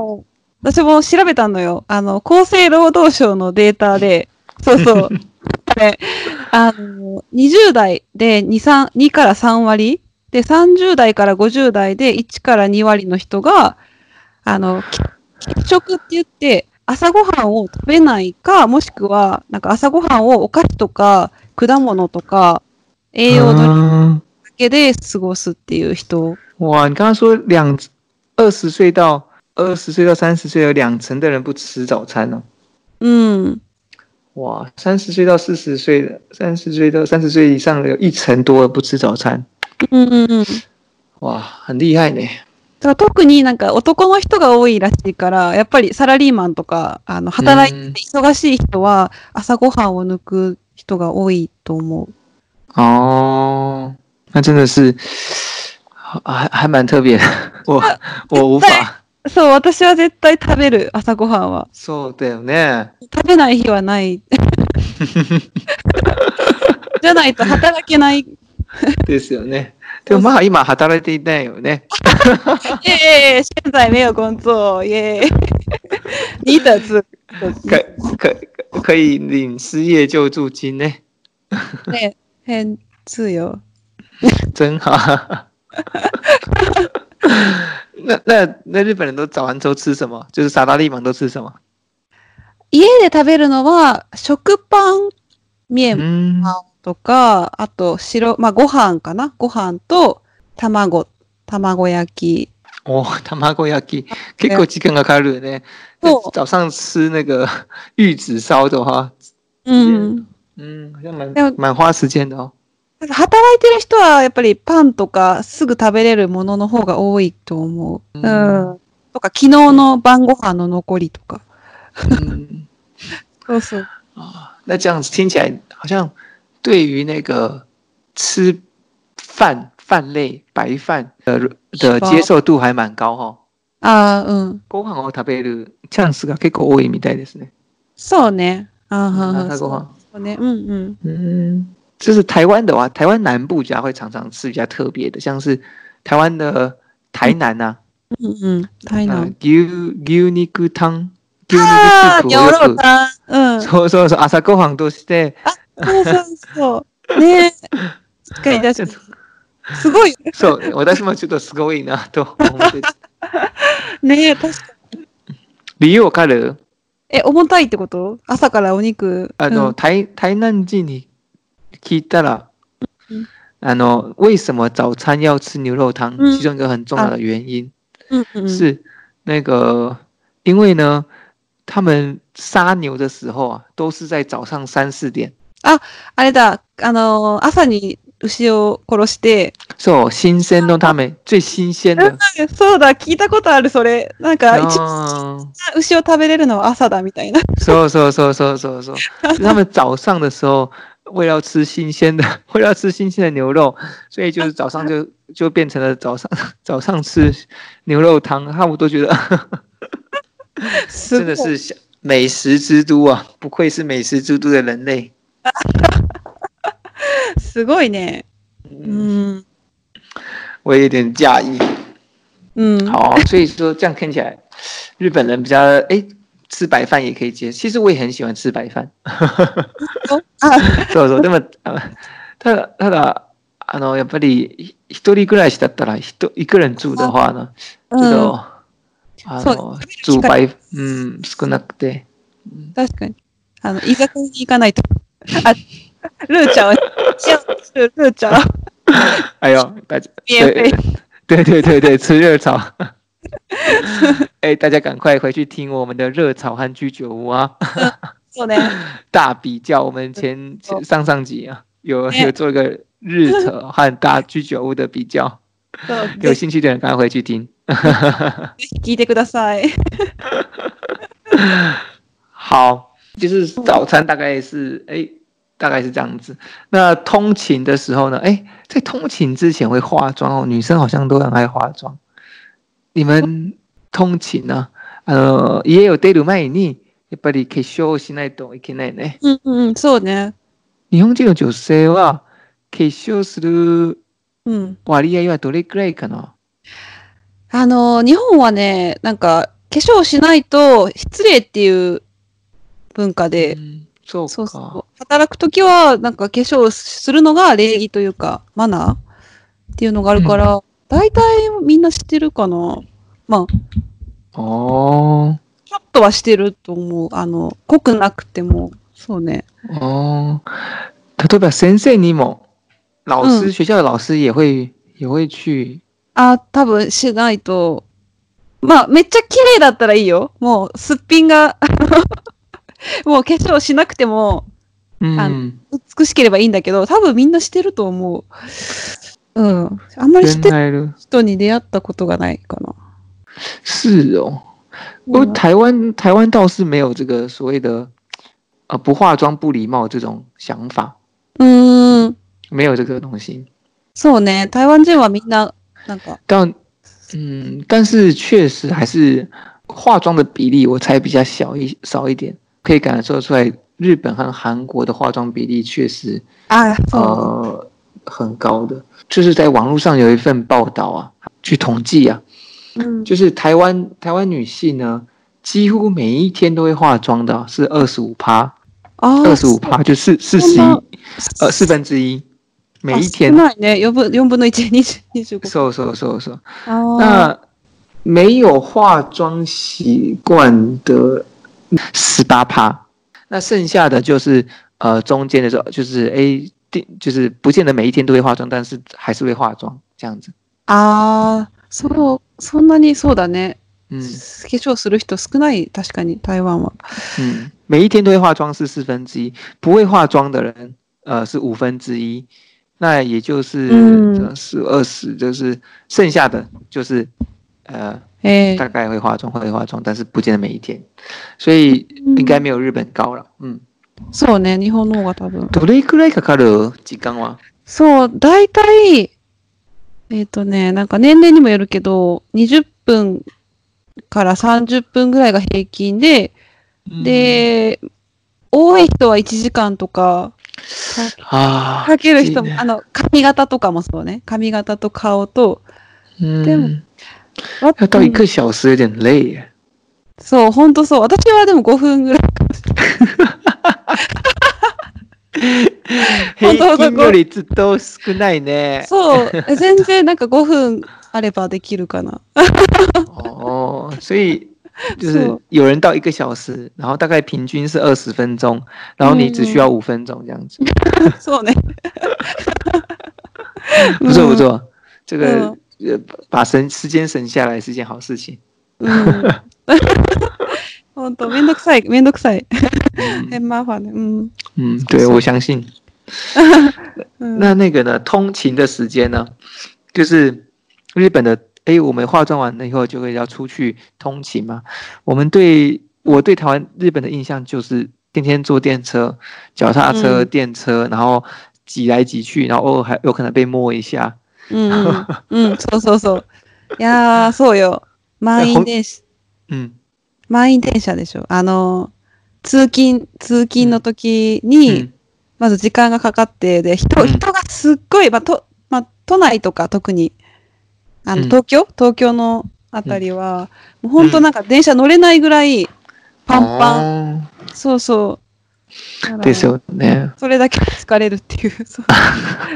[SPEAKER 2] 私も調べたのよ。あの、厚生労働省のデータで、そうそう。であの、20代で2、3、2から3割、で、30代から50代で1から2割の人が、あの、け欠食って言って、朝ごはんを食べないか、もしくは、なんか朝ごはんをお菓子とか、果物とか、栄養ドリンク
[SPEAKER 1] 嗯
[SPEAKER 2] だけで過ごすっていう人。
[SPEAKER 1] 哇，你刚刚说两二十岁到二十岁到三十岁有两成的人不吃早餐哦。
[SPEAKER 2] うん。
[SPEAKER 1] 哇，三十岁到四十岁的，三十岁到三十岁以上的有一成多不吃早餐，
[SPEAKER 2] うんうんうん。
[SPEAKER 1] 哇，很厉害呢。
[SPEAKER 2] だから特になんか男の人が多いらしいから、やっぱりサラリーマンとか、あの、働いて忙しい人は朝ごはんを抜く人が多いと思う。
[SPEAKER 1] 哦，那真的是还还蛮特 <laughs> 别的，我我无法。
[SPEAKER 2] そう、私は絶対食べる、朝ごはんは。
[SPEAKER 1] そうだよね。
[SPEAKER 2] 食べない日はない。じゃないと働けない。
[SPEAKER 1] ですよね。でもまあ今働いていないよね。
[SPEAKER 2] イエーイ現在没有工作イエーイ你的字。
[SPEAKER 1] 可可可以领失业救助金呢，
[SPEAKER 2] ね、変通よ。
[SPEAKER 1] 真好。 <laughs> 那那那日本人都早餐都吃什么？就是沙拉利芒都吃什么？
[SPEAKER 2] 家で食べるのは、食パン、面
[SPEAKER 1] 嗯
[SPEAKER 2] とか、あと白、まあご飯かなご飯と卵、卵焼き。
[SPEAKER 1] 哦，卵焼き，結構時間がかかるよね。
[SPEAKER 2] そう
[SPEAKER 1] 早上吃那个玉子烧的话，
[SPEAKER 2] うん。
[SPEAKER 1] 嗯，好像蛮
[SPEAKER 2] でも
[SPEAKER 1] 蛮花时间的哦。
[SPEAKER 2] なんか働いてる人はやっぱりパンとかすぐ食べれるものの方が多いと思う。
[SPEAKER 1] う
[SPEAKER 2] うんん。とか昨日の晩ご飯の残りとか。
[SPEAKER 1] 嗯
[SPEAKER 2] そうそう。
[SPEAKER 1] 啊，那这样子听起来好像对于那个吃饭饭类白饭的的接受度还蛮高哦。
[SPEAKER 2] ああ、うん。
[SPEAKER 1] ご飯を食べるチャンスが結構多いみたいですね。
[SPEAKER 2] そうね。ああ、
[SPEAKER 1] 朝ごはん。
[SPEAKER 2] そうね。うんうん。
[SPEAKER 1] 嗯，就是台湾的话，台湾南部家会常常吃比较特别的，像是台湾的台南呐、
[SPEAKER 2] うんうん。台
[SPEAKER 1] 啊，
[SPEAKER 2] 南。
[SPEAKER 1] 牛牛肉汤，牛肉ス
[SPEAKER 2] ああ、
[SPEAKER 1] ープ
[SPEAKER 2] ニ
[SPEAKER 1] をよ
[SPEAKER 2] ョ
[SPEAKER 1] く
[SPEAKER 2] ロタン。うん。そ
[SPEAKER 1] そうそうそう、朝ごはんとして、
[SPEAKER 2] うそうそう。ねえ。確かに <laughs> 確かに。すごい。
[SPEAKER 1] そう、私もちょっとすごい <laughs> なと思って。
[SPEAKER 2] ねえ、確かに。
[SPEAKER 1] 理由わかる
[SPEAKER 2] え、重たいってこと朝からお肉。
[SPEAKER 1] あの、
[SPEAKER 2] うん
[SPEAKER 1] 啊台、台南人に聞いたら
[SPEAKER 2] うん、
[SPEAKER 1] あの、啊为什么早餐要吃牛肉汤
[SPEAKER 2] 嗯
[SPEAKER 1] 其中一个很重要的原因
[SPEAKER 2] うんうん、
[SPEAKER 1] 是那个，因为呢，他们杀牛的时候啊，都是在早上三四点，
[SPEAKER 2] あれだ、あのー朝に牛を殺して、
[SPEAKER 1] そう、新鮮のため、最新鮮
[SPEAKER 2] <laughs>
[SPEAKER 1] 的。
[SPEAKER 2] うんそうだ、聞いたことある、それ。なんか、一番
[SPEAKER 1] 嗯
[SPEAKER 2] 牛を食べれるのは朝だ、みたいな。 <laughs>
[SPEAKER 1] 说说说说说说，就是 <laughs> 他们早上的时候，为了要吃新鲜的， <laughs> 为了要吃新鲜的牛肉，所以就是早上就就变成了早上 <laughs> 早上吃牛肉汤，他们都觉得
[SPEAKER 2] す
[SPEAKER 1] <laughs> 真的
[SPEAKER 2] ごい
[SPEAKER 1] <laughs> 是小美食之都啊，不愧是美食之都的人类。
[SPEAKER 2] <laughs> すごいね。うん。
[SPEAKER 1] 我有点讶异。啊
[SPEAKER 2] うん。
[SPEAKER 1] 嗯好，所以说这样看起来，日本人比较哎，吃白饭也可以接。其实我也很喜欢吃白饭。 <laughs>
[SPEAKER 2] そうあ、
[SPEAKER 1] そうそう。でも、あただ、ただ、あの、やっぱり、ひ一人暮らしだったら、ひと一个人住的话呢、ちょ
[SPEAKER 2] う
[SPEAKER 1] っ
[SPEAKER 2] ん、
[SPEAKER 1] と、あ
[SPEAKER 2] そ
[SPEAKER 1] の、住白、うん、嗯少なくて。
[SPEAKER 2] 確かに。あの、居酒屋に行かないと。あ、ルーちゃんは、ちゃんルルーちゃんは、
[SPEAKER 1] 哎呦，大家
[SPEAKER 2] 免费
[SPEAKER 1] 对对 <laughs> 对对对，吃热炒。 <laughs> 哎，大家赶快回去听我们的热炒和居酒屋啊，
[SPEAKER 2] そうね。
[SPEAKER 1] 大比较。我们前前上上集啊，有
[SPEAKER 2] 哎
[SPEAKER 1] 有做一个日炒和大居酒屋的比较，
[SPEAKER 2] そう
[SPEAKER 1] 有
[SPEAKER 2] ぜひ
[SPEAKER 1] 兴趣的人赶快回去听。
[SPEAKER 2] 聞いてください。
[SPEAKER 1] 好，就是早餐大概是哎。大概是这样子。那通勤的时候呢？哎，在通勤之前会化妆哦，女生好像都很爱化妆。你们通勤呢、呃あの家を出る前にやっぱり化粧をしないといけないね。
[SPEAKER 2] うんうん、そうね。
[SPEAKER 1] 日本人の女性は化粧する
[SPEAKER 2] うん。
[SPEAKER 1] 割合はどれくらいかな？
[SPEAKER 2] あの、日本はね、なんか、化粧しないと失礼っていう文化で
[SPEAKER 1] う、んそうか。
[SPEAKER 2] そうそう。働くときは、なんか化粧するのが礼儀というか、マナーっていうのがあるから、大体みんなしてるかな。まあ、
[SPEAKER 1] 哦
[SPEAKER 2] ちょっとはしてると思う。あの、濃くなくても。そうね。
[SPEAKER 1] 哦，例えば先生にも老师、学校的老师也会也会去
[SPEAKER 2] あ、多分しないと。まあ、めっちゃ綺麗だったらいいよ。もう、すっぴんが、 <laughs> あのもう化粧しなくてもあ
[SPEAKER 1] 嗯，
[SPEAKER 2] 美しければいいんだけど、多分みんなしてると思う。うん。あんまりし
[SPEAKER 1] 原
[SPEAKER 2] てる
[SPEAKER 1] 来的
[SPEAKER 2] 人に出会ったことがないかな。
[SPEAKER 1] 是哦。不过
[SPEAKER 2] うん
[SPEAKER 1] 台湾台湾倒是没有这个所谓的啊、呃不化妆不礼貌这种想法，
[SPEAKER 2] うーん。
[SPEAKER 1] 没有这个东西。
[SPEAKER 2] そうね、台湾人はみんな、なんか、
[SPEAKER 1] 但嗯，但是确实还是化妆的比例我猜比较小一少一点，可以感受出来日本和韩国的化妆比例确实
[SPEAKER 2] あそう。
[SPEAKER 1] 呃很高的。就是在网络上有一份报道啊，去统计啊，
[SPEAKER 2] うん、
[SPEAKER 1] 就是台湾台湾女性呢，几乎每一天都会化妆的，是二十五趴，
[SPEAKER 2] あ
[SPEAKER 1] 二十五趴就四四十
[SPEAKER 2] 哦那哦
[SPEAKER 1] 一，呃，四分之一，每一
[SPEAKER 2] あ
[SPEAKER 1] 天
[SPEAKER 2] 少。ないね、4分 ,4 分の1、20 <laughs> 25。
[SPEAKER 1] 瘦瘦瘦瘦。
[SPEAKER 2] ああ、
[SPEAKER 1] 那没有化妆习惯的十八趴，那剩下的就是呃中间的时候，就是哎定就是不见得每一天都会化妆，但是还是会化妆这样子。
[SPEAKER 2] あーそう、そんなにそうだね。
[SPEAKER 1] 嗯
[SPEAKER 2] 化粧する人少ない、確かに、台湾は。
[SPEAKER 1] 嗯，每一天都会化妆是四分之一，不会化妆的人呃是五分之一，那也就是
[SPEAKER 2] 嗯
[SPEAKER 1] 是二十，就是剩下的就是呃
[SPEAKER 2] え
[SPEAKER 1] 大
[SPEAKER 2] ー、
[SPEAKER 1] 概会化妆，会化妆，但是不见得每一天，所以应该没有日本高了。嗯，
[SPEAKER 2] そうね、日本の方が多分。
[SPEAKER 1] どれくらいかかる時間は？
[SPEAKER 2] そう、大体、えっ、とね、なんか年齢にもよるけど、20分から30分ぐらいが平均で、で、多い人は1時間とか、
[SPEAKER 1] あ
[SPEAKER 2] かける人も、あの、髪型とかもそうね。髪型と顔と、でも
[SPEAKER 1] 嗯，
[SPEAKER 2] わ
[SPEAKER 1] 要到
[SPEAKER 2] う
[SPEAKER 1] 一
[SPEAKER 2] ん
[SPEAKER 1] 个小时有点累耶。
[SPEAKER 2] そう、ほんとそう。私はでも5分ぐらい。
[SPEAKER 1] 平
[SPEAKER 2] 本当
[SPEAKER 1] 均よりずっと少ないね。
[SPEAKER 2] そう、え全然なんか5分あればできるかな。
[SPEAKER 1] 哦，所 <laughs> 以就是
[SPEAKER 2] そう
[SPEAKER 1] 有人到一个小时，然后大概平均是二十分钟，然后你只需要五分钟这样 <laughs> 子，
[SPEAKER 2] そうね。
[SPEAKER 1] 不错不错，这个
[SPEAKER 2] 嗯
[SPEAKER 1] 呃把省时间省下来是件好事情。 <laughs>
[SPEAKER 2] うん。ほんと、めんどくさい、めんどくさい。え、
[SPEAKER 1] 嗯
[SPEAKER 2] 麻烦ね。うん。
[SPEAKER 1] 嗯，对我相信。
[SPEAKER 2] うん、
[SPEAKER 1] 那那个呢，通勤的时间呢，就是日本的，诶，我们化妆完了以后就会要出去通勤嘛。我们对我对台湾日本的印象就是天天坐电车、脚踏车、
[SPEAKER 2] 嗯
[SPEAKER 1] 电车，然后挤来挤去，然后偶尔还有可能被摸一下。
[SPEAKER 2] うん、うん。うん、そうそうそう。いや
[SPEAKER 1] <laughs>
[SPEAKER 2] ー、そうよ。満員電車。
[SPEAKER 1] 嗯
[SPEAKER 2] 満員電車でしょ。あの、通勤、通勤の時に、
[SPEAKER 1] 嗯
[SPEAKER 2] まず時間がかかって、で、人、
[SPEAKER 1] うん
[SPEAKER 2] 人がすっごい、まあ、と、まあ、都内とか特に、あ
[SPEAKER 1] う
[SPEAKER 2] の、
[SPEAKER 1] ん
[SPEAKER 2] 東京、東京のあたりは、もう本当なんか電車乗れないぐらい、パンパン。
[SPEAKER 1] ン。
[SPEAKER 2] そうそう。だから
[SPEAKER 1] です。よね。
[SPEAKER 2] それだけ疲れるっていう。そう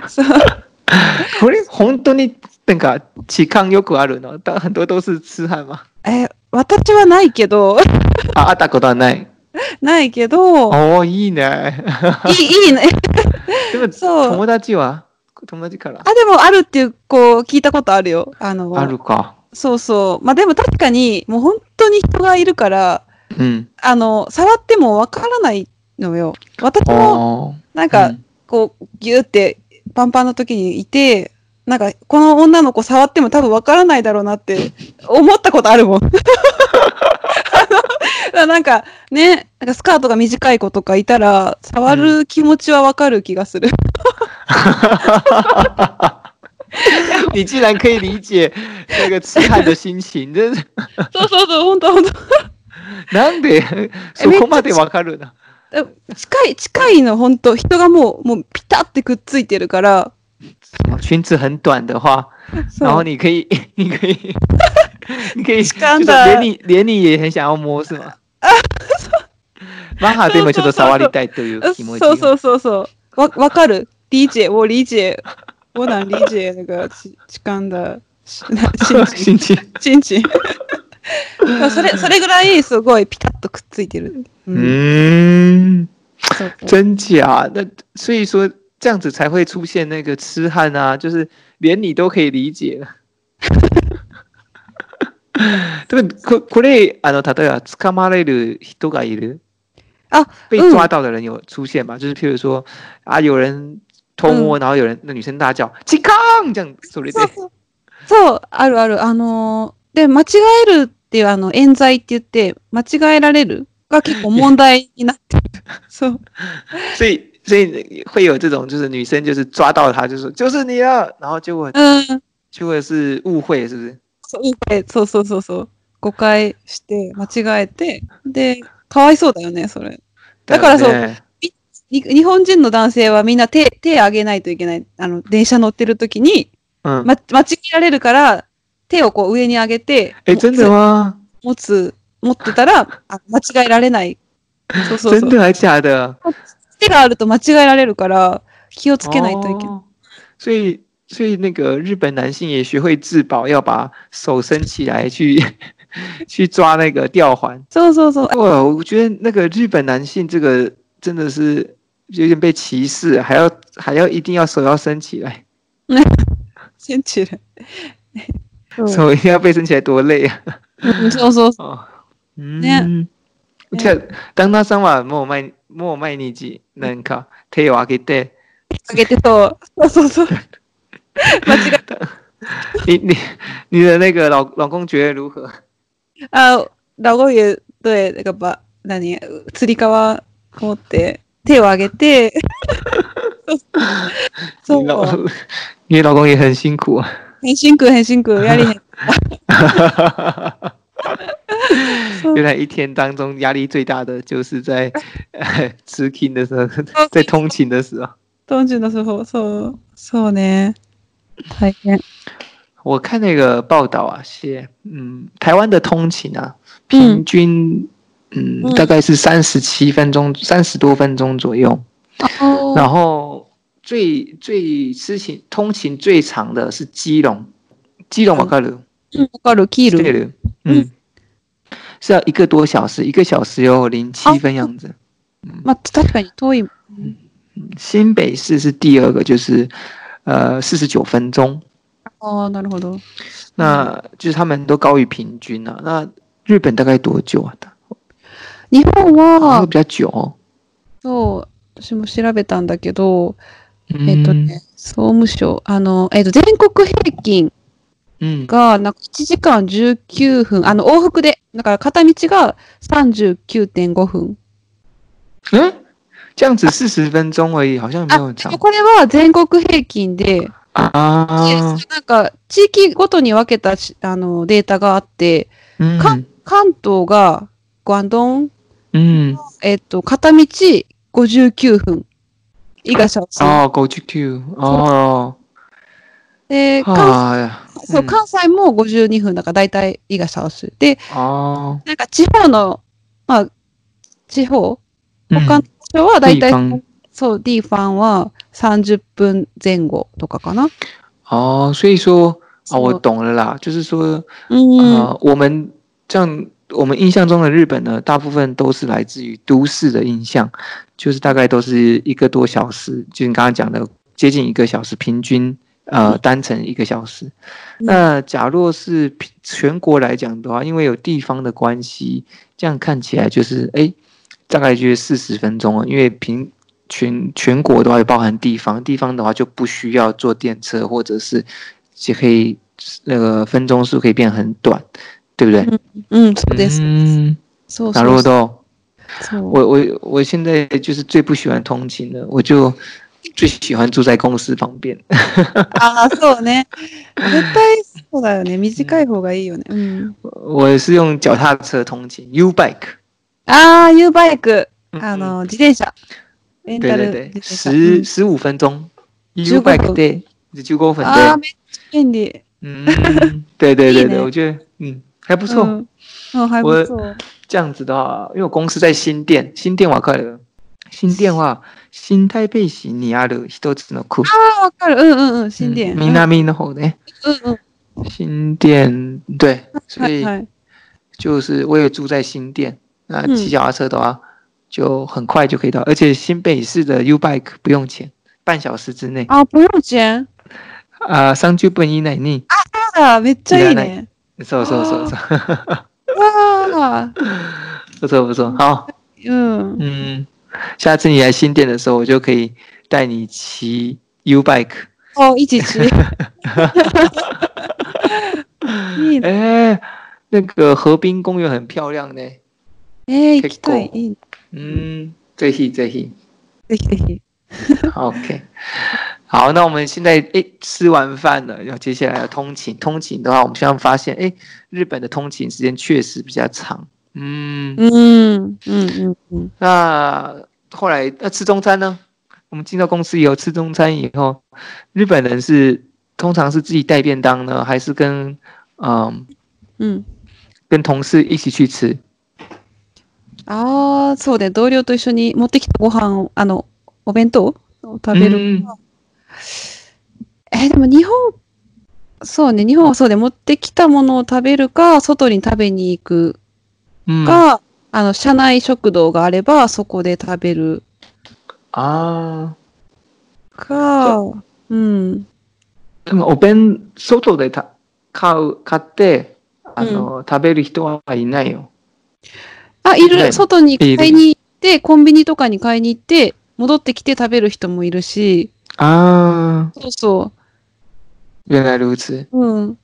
[SPEAKER 2] そう
[SPEAKER 1] これ本当になんか期間よくあるの。哦だ很多都是痴汉啊吗？
[SPEAKER 2] え、私はないけど、
[SPEAKER 1] あ、あったことはない。
[SPEAKER 2] ないけど、い
[SPEAKER 1] おおいいね。
[SPEAKER 2] い、いいね。
[SPEAKER 1] でも
[SPEAKER 2] そう
[SPEAKER 1] 友達は友達から
[SPEAKER 2] あ、でもあるっていう、こう、聞いたことあるよ。あの、
[SPEAKER 1] あるか。
[SPEAKER 2] そうそう。まあでも確かに、もう本当に人がいるから、
[SPEAKER 1] うん。
[SPEAKER 2] あの、触ってもわからないのよ。私も、
[SPEAKER 1] おー
[SPEAKER 2] なん
[SPEAKER 1] う
[SPEAKER 2] か
[SPEAKER 1] ん、
[SPEAKER 2] こう、ギューって、パンパンの時にいて、なんか、この女の子触っても多分わからないだろうなって、思ったことあるもん。あのなんか、ね、なんかスカートが短い子とかいたら、触る気持ちはわかる気がする。
[SPEAKER 1] <laughs> 你竟然可以理解那个痴汉的心情，真是
[SPEAKER 2] そうそうそう、本当本当
[SPEAKER 1] なんでそこまでわかるの？
[SPEAKER 2] 近い、近いの、本当人がもう、もうピタってくっついてるから、
[SPEAKER 1] 裙子很短的话，然
[SPEAKER 2] そ
[SPEAKER 1] 后
[SPEAKER 2] う。
[SPEAKER 1] 你可以，你可以，你可以，就是
[SPEAKER 2] 干的
[SPEAKER 1] 连你连你也很想要摸是吗？
[SPEAKER 2] <laughs>
[SPEAKER 1] マハでもちょっと触りたいという気持ち。
[SPEAKER 2] そう
[SPEAKER 1] <laughs>
[SPEAKER 2] そうそうそう。わ、わかる ?DJ、我理解。我能理解那个痴痴漢的しな心
[SPEAKER 1] 心情。 <laughs>
[SPEAKER 2] 情。心情。それ、それぐらいすごいピタッとくっついてる。う
[SPEAKER 1] う。ーん。
[SPEAKER 2] そうそう
[SPEAKER 1] 真假？那所以说这样子才会出现那个痴汉啊，就是连你都可以理解 <laughs> 了。でもここれあの例えば捕まれる人がいる
[SPEAKER 2] あ、
[SPEAKER 1] 被抓到的人有出现吗？就是譬如说啊，有人偷摸，然后有人那女生大叫“起康”这样，それ
[SPEAKER 2] そう
[SPEAKER 1] で
[SPEAKER 2] そう。そう、あるある。あのーで、間違えるっていう、あの、冤罪って言って、間違えられるが結構問題に
[SPEAKER 1] <laughs>
[SPEAKER 2] なってる。そう。
[SPEAKER 1] <laughs> 所以所以会有这种就是女生就是抓到他就说就是你了，然后结果
[SPEAKER 2] うん。
[SPEAKER 1] 结果是误会是不是？
[SPEAKER 2] そう誤解そうそうそうそう。誤解して、間違えて、で、かわいそうだよね、それ。だからそう
[SPEAKER 1] よね
[SPEAKER 2] に日本人の男性はみんな手、手あげないといけない。あの、電車乗ってる時に、
[SPEAKER 1] うん。
[SPEAKER 2] ま、間違えられるから、手をこう上に上げて、
[SPEAKER 1] え、哎
[SPEAKER 2] も
[SPEAKER 1] 真的吗？
[SPEAKER 2] 持つ、持ってたら、あ間違えられない。そうそうそ
[SPEAKER 1] 真
[SPEAKER 2] う。
[SPEAKER 1] 的还假的？
[SPEAKER 2] 手があると間違えられるから、気をつけないといけない。
[SPEAKER 1] 哦所以，所以那个日本男性也学会自保，要把手伸起来去 <laughs> 去抓那个吊环。
[SPEAKER 2] そうそうそう。
[SPEAKER 1] 哇，我觉得那个日本男性这个真的是有点被歧视，还要还要一定要手要伸起来，
[SPEAKER 2] センチュル。そ
[SPEAKER 1] 手
[SPEAKER 2] う
[SPEAKER 1] 一定要被伸起来，多累啊！
[SPEAKER 2] うんそうそうそ
[SPEAKER 1] 哦，嗯。じゃあ旦那さんはもう毎もう毎日なんか手を上げて
[SPEAKER 2] う。上げてそう。そうそうそう。間違え
[SPEAKER 1] <laughs> 你你你的那个老老公觉得如何？
[SPEAKER 2] あ、ラゴユ、どえ、なんかば、何、つり革持って、手を上げて、そ
[SPEAKER 1] 你
[SPEAKER 2] う、
[SPEAKER 1] 老你老公也很辛苦啊。
[SPEAKER 2] 変身空、変身空、やりへん。そ
[SPEAKER 1] <laughs>
[SPEAKER 2] う
[SPEAKER 1] 原来一天当中压力最大的就是在 <laughs> 吃 king 的时候，在通勤的时候。
[SPEAKER 2] 当時の、そう、そう、そうね。大変。
[SPEAKER 1] 我看那个报道啊，写嗯，台湾的通勤啊，平均嗯
[SPEAKER 2] 嗯
[SPEAKER 1] 大概是三十七分钟，三十多分钟左右。
[SPEAKER 2] 哦
[SPEAKER 1] 然后最最通勤通勤最长的是基隆，基隆瓦卡鲁。
[SPEAKER 2] うんわかる、キー
[SPEAKER 1] 对
[SPEAKER 2] ル。
[SPEAKER 1] 的，嗯，是要一个多小时，一个小时有零七分样子。
[SPEAKER 2] まあ、確かに遠い。
[SPEAKER 1] 新北市是第二个，就是呃四十九分钟，
[SPEAKER 2] ああ、なるほど。
[SPEAKER 1] 那就是他们都高于平均了、那日本大概多久啊？
[SPEAKER 2] 日本
[SPEAKER 1] 好像
[SPEAKER 2] は
[SPEAKER 1] 会比、较久哦。
[SPEAKER 2] そう、私も調べたんだけど、
[SPEAKER 1] 嗯
[SPEAKER 2] えっとね、総務省、あの、えっと、全国平均
[SPEAKER 1] 嗯
[SPEAKER 2] が、なんか1時間19分、あの、往復で、だから片道が39.5分。
[SPEAKER 1] 嗯，这样子四十分钟而已，好像也没有很，
[SPEAKER 2] あで
[SPEAKER 1] 长
[SPEAKER 2] もこれは全国平均で、
[SPEAKER 1] 啊。
[SPEAKER 2] なんか、地域ごとに分けたしあのデータがあって、
[SPEAKER 1] 嗯
[SPEAKER 2] か関東が、関東、
[SPEAKER 1] 嗯，
[SPEAKER 2] えっと、片道59分。以下小時。
[SPEAKER 1] 哦，Go to two 哦，
[SPEAKER 2] で、関
[SPEAKER 1] 啊，
[SPEAKER 2] そう
[SPEAKER 1] 嗯
[SPEAKER 2] 関西も52分だから大体以下小時。で、
[SPEAKER 1] 哦，
[SPEAKER 2] なんか地方のまあ、地
[SPEAKER 1] う
[SPEAKER 2] 方、
[SPEAKER 1] ん
[SPEAKER 2] 他の場所はだいたい
[SPEAKER 1] 地方
[SPEAKER 2] そう、D ファンは30分前後とかかな。
[SPEAKER 1] 哦，所以说啊，
[SPEAKER 2] そう
[SPEAKER 1] 我懂了啦，就是说，
[SPEAKER 2] うん。
[SPEAKER 1] 呃，我们这样，我们印象中的日本呢，大部分都是来自于都市的印象，就是大概都是一个多小时，就你刚刚讲的接近一个小时，平均呃单程一个小时。那假若是平全国来讲的话，因为有地方的关系，这样看起来就是哎，诶大概就是四十分钟哦了，因为平。全全国的话，也包含地方，地方的话就不需要坐电车，或者是也可以那个分钟数可以变很短，对不嗯对？
[SPEAKER 2] うん、そうです。
[SPEAKER 1] 嗯，
[SPEAKER 2] そう
[SPEAKER 1] な
[SPEAKER 2] そ
[SPEAKER 1] るほ
[SPEAKER 2] うそう。
[SPEAKER 1] ど。
[SPEAKER 2] そう
[SPEAKER 1] 我我我现在就是最不喜欢通勤了，我就最喜欢住在公司旁边。 <laughs>
[SPEAKER 2] ああ、そうね。絶対そうだよね。短い方がいいよね。うん。
[SPEAKER 1] 我是用脚踏车通勤，U bike。
[SPEAKER 2] ああ、U バイク。
[SPEAKER 1] 嗯
[SPEAKER 2] あの、自転車。レン
[SPEAKER 1] 对
[SPEAKER 2] タ
[SPEAKER 1] 对
[SPEAKER 2] ル自
[SPEAKER 1] 对，
[SPEAKER 2] 転車。
[SPEAKER 1] 十十五分钟，U
[SPEAKER 2] 15
[SPEAKER 1] bike day，九公
[SPEAKER 2] うん
[SPEAKER 1] 分
[SPEAKER 2] ああ、
[SPEAKER 1] day。
[SPEAKER 2] めっちゃ便利。
[SPEAKER 1] 嗯， <laughs> 对对对
[SPEAKER 2] いい
[SPEAKER 1] 对，
[SPEAKER 2] ね
[SPEAKER 1] 我觉得嗯还不错。
[SPEAKER 2] うん。うん、はい、
[SPEAKER 1] 我
[SPEAKER 2] そう。
[SPEAKER 1] 这样子的话，因为我公司在新店，新店瓦克了，新店は新台北市にある一つの区。
[SPEAKER 2] ああ、わかる。うんうんうん。新店。
[SPEAKER 1] 嗯南の方ね。
[SPEAKER 2] うんうん。
[SPEAKER 1] 新店对，所
[SPEAKER 2] はい
[SPEAKER 1] 以
[SPEAKER 2] はい。
[SPEAKER 1] 就是我也住在新店，那
[SPEAKER 2] 嗯
[SPEAKER 1] 骑脚踏车的话就很快就可以到，而且新北市的 U Bike 不用钱，半小时之内
[SPEAKER 2] あ、不用钱。
[SPEAKER 1] 啊，三九本以内に。
[SPEAKER 2] そうだ、めっちゃいいね。
[SPEAKER 1] そうそうそうそう，
[SPEAKER 2] わあ。
[SPEAKER 1] 不错不错，好，
[SPEAKER 2] うん。
[SPEAKER 1] 嗯，下次你来新店的时候，我就可以带你骑 U Bike。
[SPEAKER 2] お、いちい <laughs> ち。いい
[SPEAKER 1] 哎，
[SPEAKER 2] ね。
[SPEAKER 1] 那个河滨公园很漂亮呢。
[SPEAKER 2] えー、行きたい。
[SPEAKER 1] 結構
[SPEAKER 2] いいね。
[SPEAKER 1] 嗯，ぜひぜひ。
[SPEAKER 2] ぜひぜひ。
[SPEAKER 1] OK，好，那我们现在诶吃完饭了，要接下来要通勤。通勤的话，我们现在发现，诶，日本的通勤时间确实比较长。嗯，
[SPEAKER 2] うん。うんうんうん。
[SPEAKER 1] 那后来那吃中餐呢？我们进到公司以后吃中餐以后，日本人是通常是自己带便当呢，还是跟嗯
[SPEAKER 2] うん。
[SPEAKER 1] 跟同事一起去吃？
[SPEAKER 2] ああ、そうね。同僚と一緒に持ってきたご飯を、あの、お弁当を食べる。
[SPEAKER 1] 嗯
[SPEAKER 2] えー、でも日本、そうね。日本はそうで、持ってきたものを食べるか、外に食べに行く
[SPEAKER 1] 嗯
[SPEAKER 2] か、あの、社内食堂があれば、そこで食べる
[SPEAKER 1] 啊，
[SPEAKER 2] か、うん。
[SPEAKER 1] でもお弁外でた買う買ってあの、食べる人はいないよ。
[SPEAKER 2] あ、い
[SPEAKER 1] ね
[SPEAKER 2] る。外に
[SPEAKER 1] いる
[SPEAKER 2] 買いに行って、コンビニとかに買いに行って、戻ってきて食べる人もいるし、
[SPEAKER 1] 啊，
[SPEAKER 2] そうそ
[SPEAKER 1] 原来如此。
[SPEAKER 2] う。うん。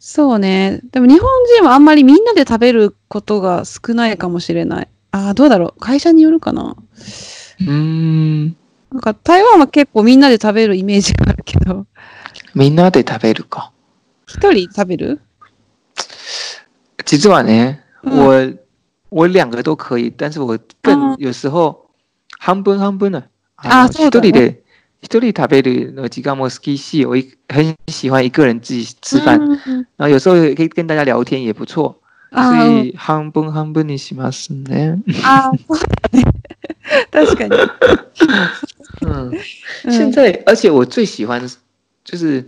[SPEAKER 2] そうね。でも日本人はあんまりみんなで食べることが少ないかもしれない。ああ、どうだろう。会社によるかな。
[SPEAKER 1] うん、
[SPEAKER 2] なんか台湾は結構みんなで食べるイメージがあるけ <laughs> ど、
[SPEAKER 1] みんなで食べるか。
[SPEAKER 2] 一人食べる
[SPEAKER 1] 実はね、
[SPEAKER 2] うん
[SPEAKER 1] 我我两个都可以，但是我更
[SPEAKER 2] 嗯
[SPEAKER 1] 有时候半分半分呢。
[SPEAKER 2] あ
[SPEAKER 1] の
[SPEAKER 2] そう
[SPEAKER 1] 一
[SPEAKER 2] だね
[SPEAKER 1] 人で一人食べるの時間も好きし、我一很喜欢一个人自己吃饭，
[SPEAKER 2] うんうん
[SPEAKER 1] 然后有时候也可以跟大家聊天，也不错。
[SPEAKER 2] あ
[SPEAKER 1] 所
[SPEAKER 2] ーうん
[SPEAKER 1] 以半分半分にしますね。
[SPEAKER 2] あー、そう <laughs> だね。確かに。
[SPEAKER 1] 嗯。
[SPEAKER 2] うん
[SPEAKER 1] 现在，而且我最喜欢的是就是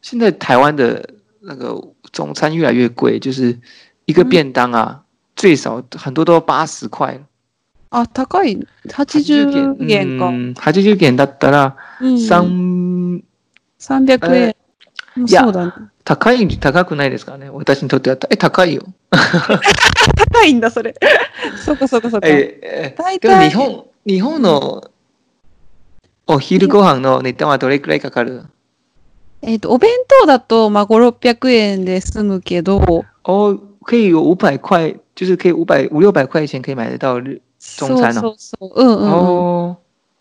[SPEAKER 1] 现在台湾的那个中餐越来越贵，就是一个
[SPEAKER 2] 嗯
[SPEAKER 1] 便当啊，最少很多都八十块，
[SPEAKER 2] あ、高い。80円か。
[SPEAKER 1] 嗯，还就就点だったら
[SPEAKER 2] うん
[SPEAKER 1] 三
[SPEAKER 2] 300円。もうそうだね。
[SPEAKER 1] 高い高くないですかね。私にとってはえ高いよ。
[SPEAKER 2] 高いんだ、それ。そうか、そうか、そうか。
[SPEAKER 1] ええ
[SPEAKER 2] 大
[SPEAKER 1] でも日
[SPEAKER 2] 体、
[SPEAKER 1] 本日本のお昼ご飯の値段はどれくらいかかる？
[SPEAKER 2] えっ、と、お弁当だと、まあ、5、600円で済むけど、
[SPEAKER 1] 哦，可以有五百块，就是可以五百五六百块钱可以买得到日中
[SPEAKER 2] そう
[SPEAKER 1] 餐の
[SPEAKER 2] そうそう。うんうんうん。
[SPEAKER 1] 哦。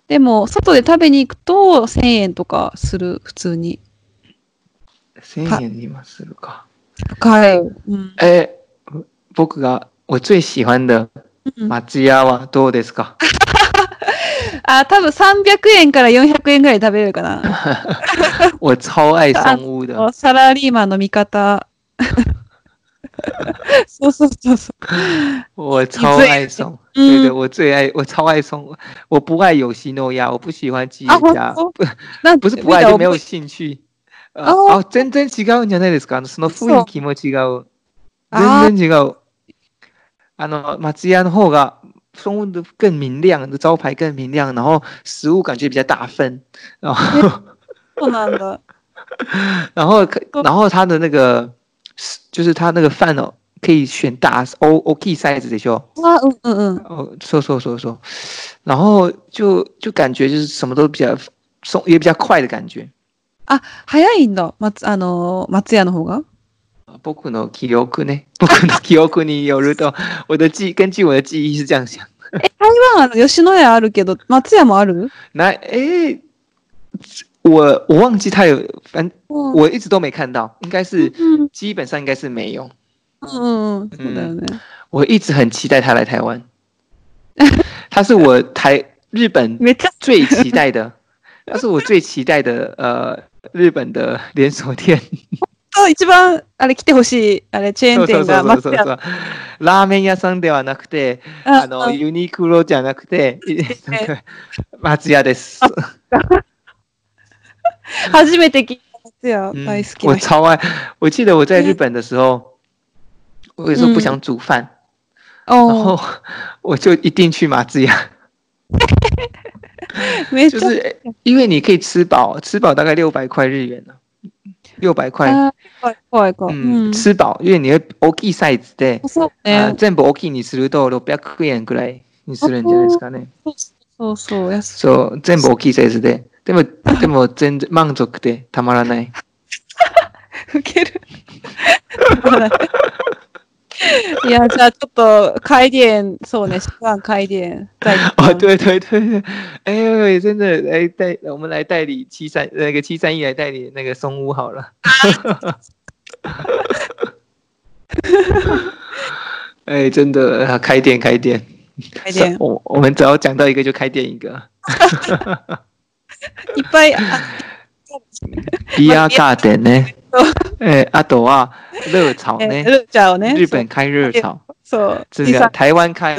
[SPEAKER 2] でも、外で食べに行くと、1000円とかする、普通に。
[SPEAKER 1] 1000円にもするか。
[SPEAKER 2] 高い。うん。
[SPEAKER 1] えー、僕が、我最喜欢的
[SPEAKER 2] うん
[SPEAKER 1] 松屋はどうです
[SPEAKER 2] <laughs>
[SPEAKER 1] か
[SPEAKER 2] あ、多分300円から400円ぐらいで食べれるかな。
[SPEAKER 1] 我超爱松屋的。 <laughs>
[SPEAKER 2] サラリーマンの味方。そうそうそうそう。
[SPEAKER 1] 我超爱嗯松，对对，我最爱，我超爱松，我不爱有西诺啊亚，我不喜欢吉
[SPEAKER 2] あ、
[SPEAKER 1] 野
[SPEAKER 2] 本
[SPEAKER 1] 家，
[SPEAKER 2] 当なん
[SPEAKER 1] 不是不哦愛
[SPEAKER 2] 見た
[SPEAKER 1] 就没有興趣。呃あ
[SPEAKER 2] あ
[SPEAKER 1] あ、全然違うんじゃないですか。あのその雰囲気も違う。
[SPEAKER 2] あー
[SPEAKER 1] 全然違う。あの、松屋の方が、中文的更明亮，招牌更明亮，然后食物感觉比较大份，然 <laughs> 后
[SPEAKER 2] そうなんだ。
[SPEAKER 1] 然后可然后它的那个就是它那个饭哦，可以选大 O O K size でしょ。
[SPEAKER 2] あ、うんうんうん。
[SPEAKER 1] 哦，说说说说，然后就就感觉就是什么都比较松，也比较快的感觉。
[SPEAKER 2] 早いんだ。松、あのー、松屋の方が。
[SPEAKER 1] 僕の記憶ね。僕の記憶によると、我的记根据我的记忆是这样想。
[SPEAKER 2] 台湾、あの、吉野家あるけど、松屋もある
[SPEAKER 1] 那诶、我我忘记他有，反
[SPEAKER 2] うん
[SPEAKER 1] 我一直都没看到，应该是
[SPEAKER 2] うん
[SPEAKER 1] 基本上应该是没有。
[SPEAKER 2] うんうん。そうだよね。
[SPEAKER 1] 我一直很期待他来台湾，他是我台日本
[SPEAKER 2] めっちゃ、
[SPEAKER 1] 最期待的，他是我最期待的呃日本的连锁店。
[SPEAKER 2] そう一番、あれ来てほしい、あれ、チェー
[SPEAKER 1] そう
[SPEAKER 2] ン
[SPEAKER 1] そう
[SPEAKER 2] 店
[SPEAKER 1] そ
[SPEAKER 2] が
[SPEAKER 1] うそ
[SPEAKER 2] 松
[SPEAKER 1] う
[SPEAKER 2] 屋
[SPEAKER 1] そ。う。ラーメン屋さんではなくて、あの、ユニクロじゃなくて、なんか <laughs> 松屋です。
[SPEAKER 2] 初めて聞いた松屋、
[SPEAKER 1] 嗯
[SPEAKER 2] 大好き
[SPEAKER 1] 我
[SPEAKER 2] な人。
[SPEAKER 1] 超爱。我记得我在日本的时候，我有时候不想煮饭，然
[SPEAKER 2] お
[SPEAKER 1] 后我就一定去松屋，
[SPEAKER 2] ーめっち
[SPEAKER 1] 就
[SPEAKER 2] ゃ、
[SPEAKER 1] 是因为你可以吃饱，吃饱大概六百块日元呢、六百块，
[SPEAKER 2] あー怖い怖い怖い。う
[SPEAKER 1] 嗯，
[SPEAKER 2] ん。
[SPEAKER 1] 吃饱，因为你会 OK size で、
[SPEAKER 2] そう
[SPEAKER 1] 啊
[SPEAKER 2] ね。
[SPEAKER 1] 全部 OK にすると六百円くらいにするんじゃないですかね。
[SPEAKER 2] そうそうそう、安い。
[SPEAKER 1] そう、全部大きいサイズで。でも、でも全然満足でたまらない。
[SPEAKER 2] ウケる。 <laughs> いや、じゃあちょっと、開店、そうね、シワン開
[SPEAKER 1] <laughs>
[SPEAKER 2] 店。第一
[SPEAKER 1] <laughs> 哦，
[SPEAKER 2] 弾
[SPEAKER 1] 对对对对，哎，真的来代，我们来代理七三那个七三一来代理那个松屋好了。哎，真的啊开店开店，哦
[SPEAKER 2] 開店。
[SPEAKER 1] 我我们只要讲到一个就开店一个。
[SPEAKER 2] いっぱい、あ
[SPEAKER 1] ビアガーデン <laughs> ね
[SPEAKER 2] そう。
[SPEAKER 1] え、あとは、啊哎热炒哎
[SPEAKER 2] え
[SPEAKER 1] ね。
[SPEAKER 2] ルーチャーをね。
[SPEAKER 1] 日本开热炒，
[SPEAKER 2] そう。
[SPEAKER 1] 这
[SPEAKER 2] 実
[SPEAKER 1] 个
[SPEAKER 2] は
[SPEAKER 1] 台湾开，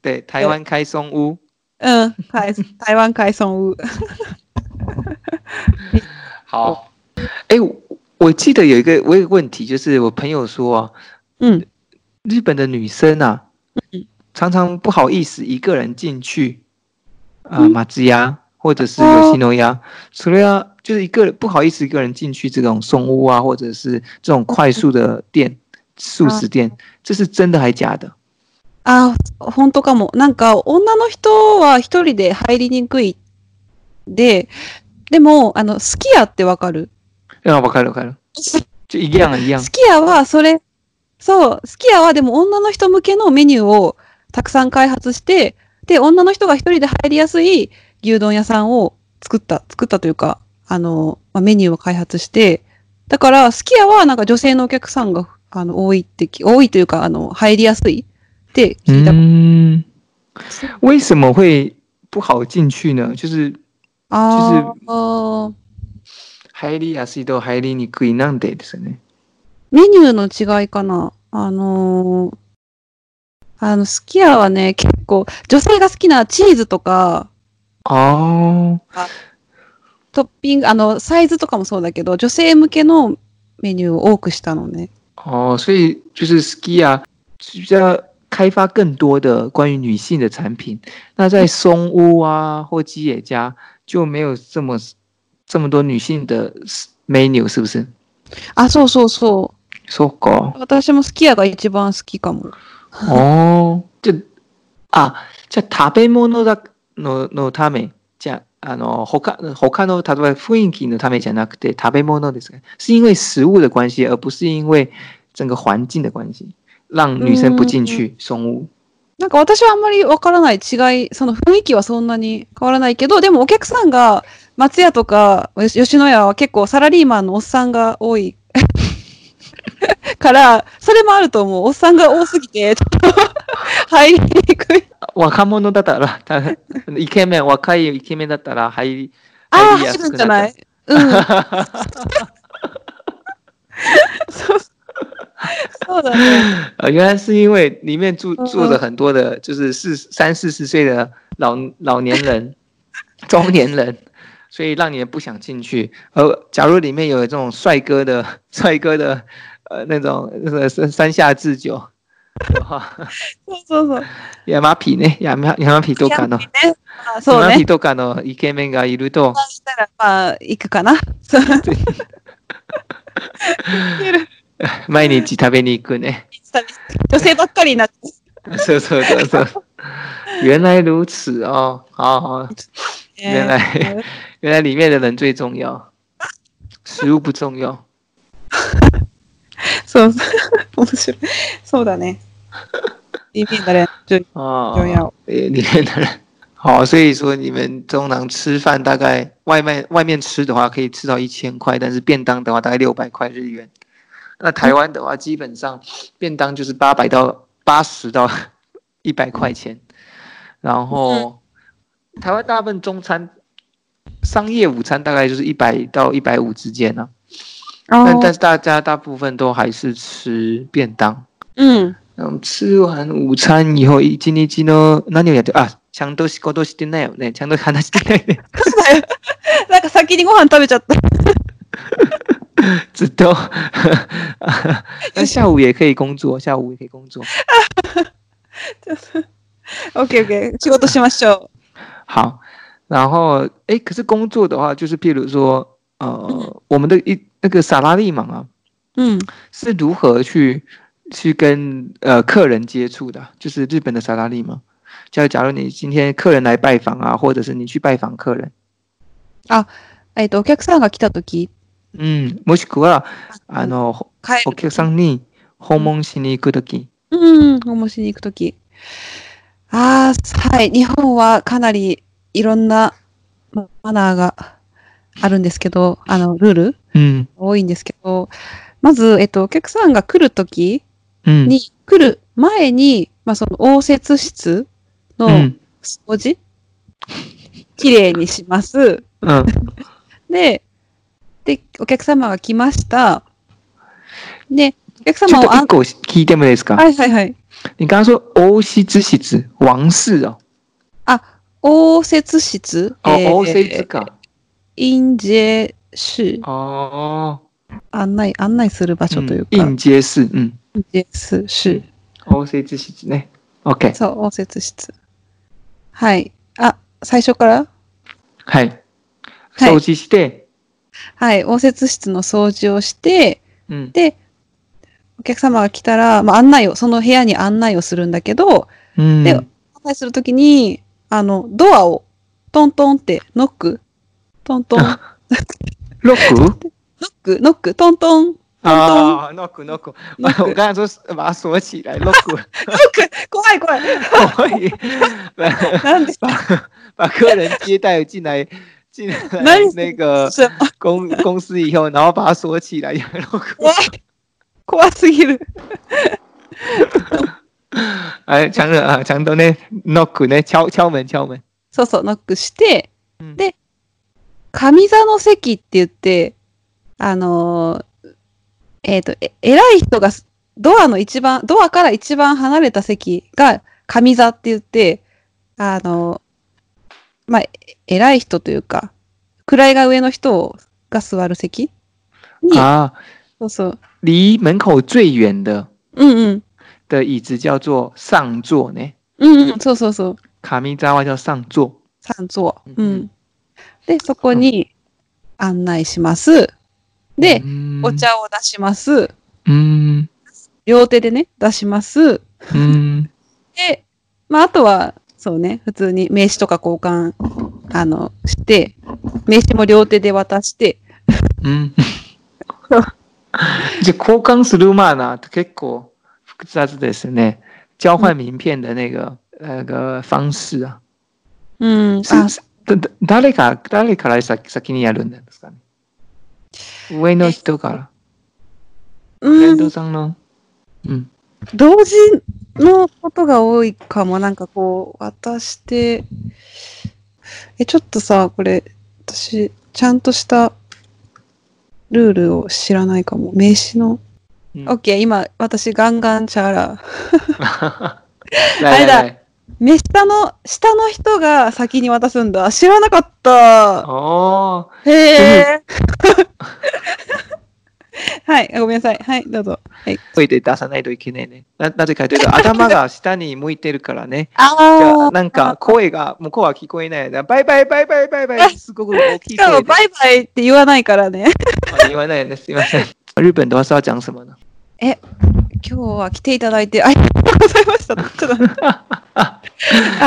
[SPEAKER 1] 对，台湾开松屋。
[SPEAKER 2] うん。はい。台湾海村ウ。
[SPEAKER 1] 好，哎、我我记得有一个我有个问题，就是我朋友说、啊，
[SPEAKER 2] うん。
[SPEAKER 1] 日本的女生啊
[SPEAKER 2] 嗯，
[SPEAKER 1] 常常不好意思一个人进去，啊、呃，
[SPEAKER 2] 嗯哦
[SPEAKER 1] 马自亚或者是有西诺亚，所以啊，就是一个人不好意思一个人进去这种送屋啊，或者是这种快速的店、素食店，
[SPEAKER 2] 嗯
[SPEAKER 1] 这是真的还假的？
[SPEAKER 2] あー、本当かも。なんか、女の人は一人で入りにくい。で、でも、あの、好き家ってわかる
[SPEAKER 1] 啊，我看了看了，就一样啊
[SPEAKER 2] <laughs>
[SPEAKER 1] 一样
[SPEAKER 2] す。き家はそれ、そう、すき家はでも女の人向けのメニューをたくさん開発して、で、女の人が一人で入りやすい牛丼屋さんを作った、作ったというか、あの、まあ、メニューを開発して、だから、すき家はなんか女性のお客さんがあの多いってき、多いというか、あの、入りやすいって聞いた。
[SPEAKER 1] 嗯，为什么会不好进去呢？就是
[SPEAKER 2] ああ、
[SPEAKER 1] 入りやすいと入りにくいなんでですよね。
[SPEAKER 2] メニューの違いかな。あのーあの、すき家はね、結構、女性が好きなチーズとか、
[SPEAKER 1] 哦，
[SPEAKER 2] トッピング、あの、サイズとかもそうだけど、女性向けのメニューを多くしたのね。
[SPEAKER 1] 哦，所以就是 Ski 啊，比较开发更多的关于女性的产品。那在松屋啊或基野家就没有这么这么多女性的 s- menu，是不是？
[SPEAKER 2] あ、そうそうそ
[SPEAKER 1] そうか
[SPEAKER 2] う。。私もすき家が一番好きかも。
[SPEAKER 1] 哦，就あ、じゃあ食べ物だののためじゃあの他他の例えば雰囲気のためじゃなくて食べ物ですね。是因为食物的关系，而不是因为整个环境的关系，让女生不进去松屋。
[SPEAKER 2] なんか私はあんまりわからない違い、その雰囲気はそんなに変わらないけど、でもお客さんが松屋とかよし吉野家は結構サラリーマンのおっさんが多い <laughs> から、それもあると思う。おっさんが多すぎて、ちょっと入りにくい。
[SPEAKER 1] 若者だったら、たイケメン、若いイケメンだったら入り、
[SPEAKER 2] ああ、
[SPEAKER 1] 入りや
[SPEAKER 2] 入
[SPEAKER 1] す
[SPEAKER 2] る
[SPEAKER 1] く
[SPEAKER 2] んじゃ
[SPEAKER 1] な
[SPEAKER 2] な
[SPEAKER 1] っ
[SPEAKER 2] いうん。
[SPEAKER 1] た。
[SPEAKER 2] そうそうだだね。
[SPEAKER 1] 呃，原来是因为里面住
[SPEAKER 2] 嗯
[SPEAKER 1] 住着很多的，就是四三四十岁的老老年人、 <laughs> 中年人，所以让你不想进去。呃，假如里面有这种帅哥的、 <laughs> 帅哥的，呃，那种那个山山下智久的话，
[SPEAKER 2] そうそうそう。
[SPEAKER 1] ヤマピね、ヤマヤマピと
[SPEAKER 2] <laughs>
[SPEAKER 1] かの、
[SPEAKER 2] キャンプねまあ
[SPEAKER 1] ヤ
[SPEAKER 2] そう
[SPEAKER 1] マ
[SPEAKER 2] ね
[SPEAKER 1] ピ。とかの哦イケメンがいると、
[SPEAKER 2] そしたら、まあ、行く
[SPEAKER 1] <laughs>
[SPEAKER 2] かな。そう
[SPEAKER 1] 毎日食べに行くね。 <laughs>
[SPEAKER 2] 女性ばっかりになって。
[SPEAKER 1] そうそうそうそう。 <laughs> 原来如此哦，好好。原来原来里面的人最重要，食物不重要。
[SPEAKER 2] そうそう。面白い。そうだね。里面的人最
[SPEAKER 1] 哦，
[SPEAKER 2] 重要。
[SPEAKER 1] 诶里面的人。好，所以说你们通常吃饭大概外卖外面吃的话可以吃到一千块，但是便当的话大概六百块日元。那台湾的话，基本上便当就是八百到八十到一百块钱，然后台湾大部分中餐、商业午餐大概就是一百到一百五之间呢、但但是大家大部分都还是吃便当。
[SPEAKER 2] うん。
[SPEAKER 1] 嗯，吃完午餐以后，一哦今天今呢，何をやってあ、ちゃんと仕事してないよね。ちゃんと話してない <laughs> ね。
[SPEAKER 2] なんか先にご飯食べちゃった。 <laughs>
[SPEAKER 1] ずっと。 <laughs> 那下午也可以工作，下午也可以工作。
[SPEAKER 2] オッケーオッケー。仕事しましょ
[SPEAKER 1] 好，然后诶，可是工作的话，就是譬如说，呃
[SPEAKER 2] 嗯，
[SPEAKER 1] 我们的一那个萨拉利芒啊，
[SPEAKER 2] う。うん。
[SPEAKER 1] 是如何去去跟呃客人接触的啊？就是日本的萨拉利吗？就假如你今天客人来拜访啊，或者是你去拜访客人，
[SPEAKER 2] えっと、お客さんが来た時
[SPEAKER 1] 嗯，もしくはあの
[SPEAKER 2] 帰
[SPEAKER 1] お
[SPEAKER 2] る。
[SPEAKER 1] 客さんに訪問しに行くとき、
[SPEAKER 2] うん。おもしに行く時ああ、はい。日本はかなりいろんなまマナーがあるんですけど、あの、ルール
[SPEAKER 1] 嗯
[SPEAKER 2] 多いんですけど、まず、えっと、お客さんが来る時
[SPEAKER 1] 嗯
[SPEAKER 2] に来る前に、まあ、その応接室の
[SPEAKER 1] 嗯
[SPEAKER 2] 掃除、きれいにします。
[SPEAKER 1] 嗯，
[SPEAKER 2] で、で、お客様が来ました。で、お客
[SPEAKER 1] ちょ
[SPEAKER 2] 様
[SPEAKER 1] っと
[SPEAKER 2] をあ
[SPEAKER 1] 一個聞いてもいいですか？
[SPEAKER 2] はいはいはい。
[SPEAKER 1] 你刚刚说王室之室王室哦，
[SPEAKER 2] 応接室。
[SPEAKER 1] 哦
[SPEAKER 2] えー
[SPEAKER 1] 王室之か
[SPEAKER 2] 印接室。
[SPEAKER 1] 哦，
[SPEAKER 2] 案内、案内する場所という
[SPEAKER 1] 嗯
[SPEAKER 2] か。
[SPEAKER 1] 应接室，嗯，
[SPEAKER 2] 印接室。
[SPEAKER 1] 王室之室ね。OK，
[SPEAKER 2] そう、応接室。はい。あ、最初から
[SPEAKER 1] はい。
[SPEAKER 2] はい
[SPEAKER 1] 掃除して、
[SPEAKER 2] はい。応接室の掃除をして、
[SPEAKER 1] うん
[SPEAKER 2] で、お客様が来たら、まあ、案内を、その部屋に案内をするんだけど、
[SPEAKER 1] うん
[SPEAKER 2] で案内するときに、あの、ドアをトントンってノック、
[SPEAKER 1] <laughs>
[SPEAKER 2] トントン、ノッ <laughs>
[SPEAKER 1] ロック？
[SPEAKER 2] ク、ノック、トントン、ノ
[SPEAKER 1] 啊，ノックノック。
[SPEAKER 2] ノッ
[SPEAKER 1] <laughs>
[SPEAKER 2] ク
[SPEAKER 1] 我刚才说把它锁起来， <laughs> ロック。
[SPEAKER 2] ック、怖い怖い。
[SPEAKER 1] 可以，把
[SPEAKER 2] なんで、
[SPEAKER 1] <laughs> 把把客人接待进来，进来
[SPEAKER 2] 何
[SPEAKER 1] 那个
[SPEAKER 2] そう
[SPEAKER 1] 公公司以后，然后把它锁起来，然后
[SPEAKER 2] 怖い。怖すぎる。
[SPEAKER 1] 哎，强人啊，强东呢，knock 呢，敲敲门，敲门。
[SPEAKER 2] そうそう、ノックして、
[SPEAKER 1] 嗯
[SPEAKER 2] で上座の席って言って、あのーえっ、と、え、偉い人がすドアの一番、ドアから一番離れた席が上座って言って、あのーまあ、え偉い人というか、位が上の人をが座る席に、
[SPEAKER 1] 啊，
[SPEAKER 2] そうそう。
[SPEAKER 1] 离门口最远的
[SPEAKER 2] うんうん。
[SPEAKER 1] 的椅子叫做上座呢，
[SPEAKER 2] うんうん、そうそうそう。
[SPEAKER 1] 卡米扎瓦叫上座。
[SPEAKER 2] 三座。
[SPEAKER 1] う
[SPEAKER 2] うん
[SPEAKER 1] うん
[SPEAKER 2] ん。で、そこに案内します。で、
[SPEAKER 1] 嗯
[SPEAKER 2] お茶を出します。
[SPEAKER 1] 嗯
[SPEAKER 2] 両手でね、出します。
[SPEAKER 1] 嗯
[SPEAKER 2] で、まあ、あとは、そうね、普通に名刺とか交換、あの、して、名刺も両手で渡して、 <laughs>
[SPEAKER 1] 嗯。就交換するまな結構複雑ですね。交换名片的那个、那个方式啊，
[SPEAKER 2] うん、あ、
[SPEAKER 1] 是だだ誰か誰から先先にやるんですかね。上の人から。フレ
[SPEAKER 2] う
[SPEAKER 1] ンド
[SPEAKER 2] ん、
[SPEAKER 1] さんの。うん。
[SPEAKER 2] 同時のことが多いかも、なんかこう、渡して、え、ちょっとさ、これ、私、ちゃんとしたルールを知らないかも。名刺の
[SPEAKER 1] うん <laughs>
[SPEAKER 2] OK、今、私、ガンガンチャラ。
[SPEAKER 1] 来来
[SPEAKER 2] れだ
[SPEAKER 1] 来
[SPEAKER 2] 目下の、下の人が先に渡すんだ。知らなかった。
[SPEAKER 1] 哦，
[SPEAKER 2] へえ。 <laughs> はい、あごめんなさい。はい、どうぞ。
[SPEAKER 1] 声で出さないといけないね。ななぜかというと、頭が下に向いてるからね。
[SPEAKER 2] あ
[SPEAKER 1] じゃあなんか声が向こうは聞こえないな。バイバイバイバイバイバイ。すごく大きい
[SPEAKER 2] しか
[SPEAKER 1] 声
[SPEAKER 2] も、
[SPEAKER 1] で
[SPEAKER 2] バイバイって言わないからね。
[SPEAKER 1] あ言わないです。すいません。日本的话是要讲什么呢？
[SPEAKER 2] 今日は来ていただいてありがとうございま
[SPEAKER 1] <laughs>
[SPEAKER 2] した。ちょっと、あ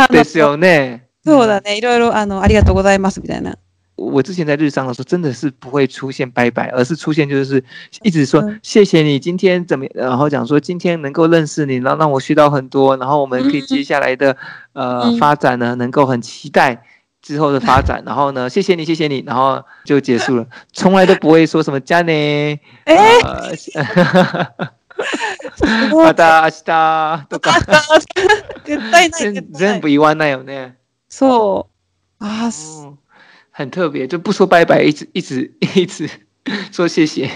[SPEAKER 1] で
[SPEAKER 2] の、
[SPEAKER 1] すよね。
[SPEAKER 2] そうだね。いろいろ、あの、ありがとうございますみたいな。
[SPEAKER 1] 我之前在日商的时候，真的是不会出现拜拜，而是出现就是一直说
[SPEAKER 2] 嗯
[SPEAKER 1] 谢谢你今天怎么，然后讲说今天能够认识你，然后让我学到很多，然后我们可以接下来的呃
[SPEAKER 2] 嗯
[SPEAKER 1] 发展呢，能够很期待之后的发展，然后呢谢谢你谢谢你，然后就结束了，从来都不会说什么加呢，
[SPEAKER 2] えー、
[SPEAKER 1] 呃，
[SPEAKER 2] すご
[SPEAKER 1] ま
[SPEAKER 2] い。
[SPEAKER 1] た明日とか
[SPEAKER 2] <laughs> 絶対ない。
[SPEAKER 1] 全
[SPEAKER 2] 絶対
[SPEAKER 1] 全
[SPEAKER 2] ない
[SPEAKER 1] 部言わないよね。
[SPEAKER 2] そう。ああ、す
[SPEAKER 1] 哦，很 <laughs> 特别，就不说拜拜，一直一直一直 <laughs> 说谢谢。